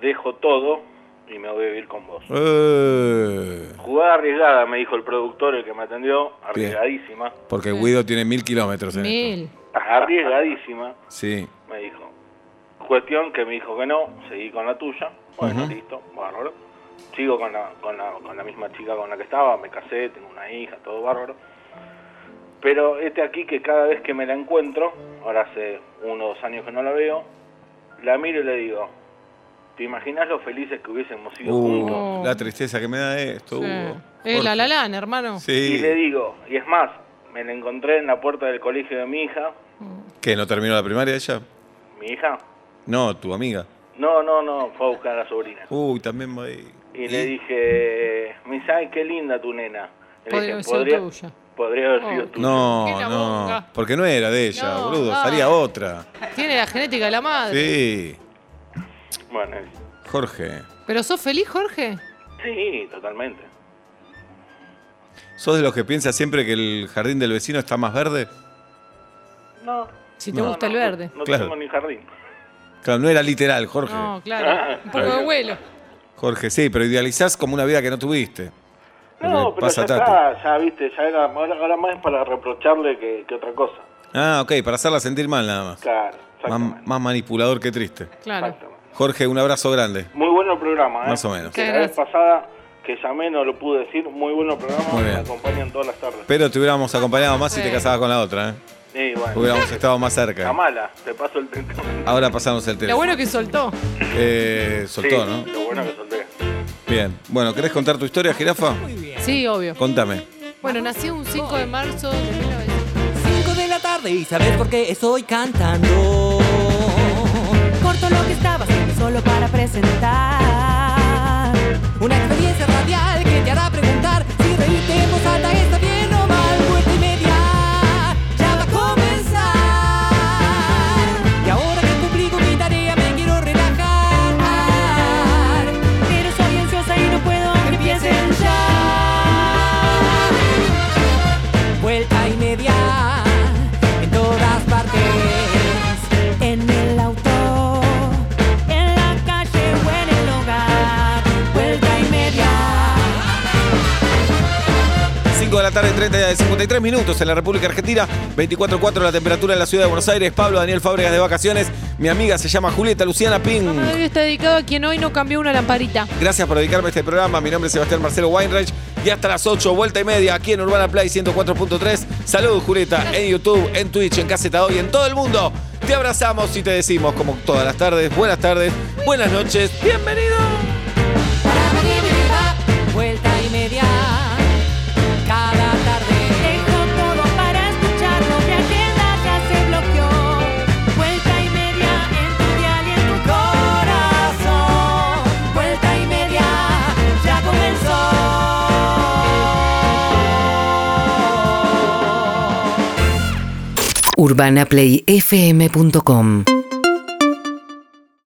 Speaker 8: dejo todo y me voy a vivir con vos.
Speaker 2: Eh,
Speaker 8: Jugada arriesgada, me dijo el productor, el que me atendió, arriesgadísima,
Speaker 2: porque Guido tiene mil kilómetros en esto.
Speaker 3: Mil.
Speaker 8: arriesgadísima,
Speaker 2: Sí.
Speaker 8: me dijo. Cuestión que me dijo que no, seguí con la tuya, bueno,
Speaker 2: Ujú.
Speaker 8: listo, bárbaro. Sigo con la, con, la, con la misma chica con la que estaba, me casé, tengo una hija, todo bárbaro. Pero este aquí que cada vez que me la encuentro, ahora hace uno o dos años que no la veo, la miro y le digo, ¿te imaginas lo felices que hubiésemos sido juntos?
Speaker 2: Uh, la tristeza que me da esto. uh.
Speaker 3: Sí.
Speaker 2: Hugo.
Speaker 3: Eh,
Speaker 2: Por-
Speaker 3: la la lana, hermano.
Speaker 8: Y
Speaker 2: Sí.
Speaker 8: le digo, y es más, me la encontré en la puerta del colegio de mi hija.
Speaker 2: ¿Que no terminó la primaria ella?
Speaker 8: ¿Mi hija?
Speaker 2: No, tu amiga.
Speaker 8: No, no, no, fue a buscar a la sobrina.
Speaker 2: Uy, también voy.
Speaker 8: Y le dije, me dice, ay, qué linda tu nena. Y
Speaker 3: Podría
Speaker 8: le
Speaker 3: haber
Speaker 8: dije,
Speaker 3: sido
Speaker 8: podría,
Speaker 3: tuya.
Speaker 8: podría haber sido
Speaker 3: Oh.
Speaker 8: tuya.
Speaker 2: No,
Speaker 3: Qué la
Speaker 2: no.
Speaker 3: boca.
Speaker 2: Porque no era de ella,
Speaker 3: No,
Speaker 2: boludo.
Speaker 3: ah.
Speaker 2: Salía otra.
Speaker 3: Tiene la genética de la madre.
Speaker 2: Sí.
Speaker 8: Bueno,
Speaker 2: Jorge,
Speaker 3: ¿Pero sos feliz, Jorge?
Speaker 8: sí, totalmente.
Speaker 2: ¿sos de los que piensa siempre que el jardín del vecino está más verde?
Speaker 8: No.
Speaker 3: Si te gusta el
Speaker 8: no,
Speaker 3: verde.
Speaker 8: No
Speaker 2: Claro.
Speaker 8: tengo ni jardín.
Speaker 2: Claro, no era literal, Jorge.
Speaker 3: No, claro. Un poco de vuelo.
Speaker 2: Jorge, sí, pero idealizás como una vida que no tuviste. Lo
Speaker 8: No,
Speaker 2: que
Speaker 8: pero ya
Speaker 2: a Tati.
Speaker 8: está, ya viste, ya era, ahora, ahora más para reprocharle que, que otra cosa.
Speaker 2: Ah, ok, para hacerla sentir mal nada más.
Speaker 8: Claro,
Speaker 2: Más,
Speaker 8: exactamente.
Speaker 2: más manipulador que triste.
Speaker 3: Claro.
Speaker 8: Exactamente.
Speaker 2: Jorge, un abrazo grande.
Speaker 8: Muy bueno el programa, ¿eh?
Speaker 2: Más o menos.
Speaker 8: Que la
Speaker 3: Gracias.
Speaker 8: vez pasada que llamé no lo pude decir. Muy bueno el programa.
Speaker 2: Muy
Speaker 8: me
Speaker 2: bien.
Speaker 8: acompañan todas las tardes.
Speaker 2: Pero te hubiéramos acompañado más si te
Speaker 3: Bueno.
Speaker 2: casabas con la otra, ¿eh?
Speaker 8: Sí, bueno.
Speaker 2: Hubiéramos estado más cerca.
Speaker 8: Camala, te paso el teléfono.
Speaker 2: Ahora pasamos el
Speaker 3: Lo
Speaker 2: teléfono.
Speaker 3: bueno que soltó.
Speaker 2: Eh,
Speaker 8: Sí,
Speaker 2: soltó, ¿no?
Speaker 8: Lo bueno que solté.
Speaker 2: Bien. Bueno, ¿querés contar tu historia, jirafa?
Speaker 3: Sí, obvio.
Speaker 2: Contame.
Speaker 3: Bueno, nací un 5 de marzo de 1900.
Speaker 9: 5 de la tarde y saber por qué estoy cantando.
Speaker 10: Corto lo que estaba haciendo solo para presentar.
Speaker 9: Una experiencia radial que te hará preguntar si reírte en voz alta está bien o mal. Vuelta y media, ya va a comenzar. Y ahora que cumplí con mi tarea me quiero relajar.
Speaker 10: Pero soy ansiosa y no puedo que empiecen ya.
Speaker 9: Vuelta y media, en todas partes.
Speaker 10: En el auto, en la calle o en el hogar. Vuelta y media.
Speaker 2: 5 de la tarde, 30 de 53 minutos en la República Argentina. 24.4 la temperatura en la ciudad de Buenos Aires. Pablo Daniel Fábregas de vacaciones. Mi amiga se llama Julieta Luciana Ping.
Speaker 3: Mamá Bebé está dedicado a quien hoy no cambió una lamparita.
Speaker 2: Gracias por dedicarme a este programa. Mi nombre es Sebastián Marcelo Weinreich. Y hasta las 8, vuelta y media, aquí en Urbana Play 104.3. Saludos, Julieta, en YouTube, en Twitch, en Caseta Hoy, en todo el mundo. Te abrazamos y te decimos, como todas las tardes, buenas tardes, buenas noches, bienvenido.
Speaker 9: Vuelta y media, cada tarde.
Speaker 10: Dejo todo para escuchar lo que agenda ya se bloqueó. Vuelta y media en tu dial y en tu corazón. Vuelta y media ya comenzó.
Speaker 11: urbanaplayfm.com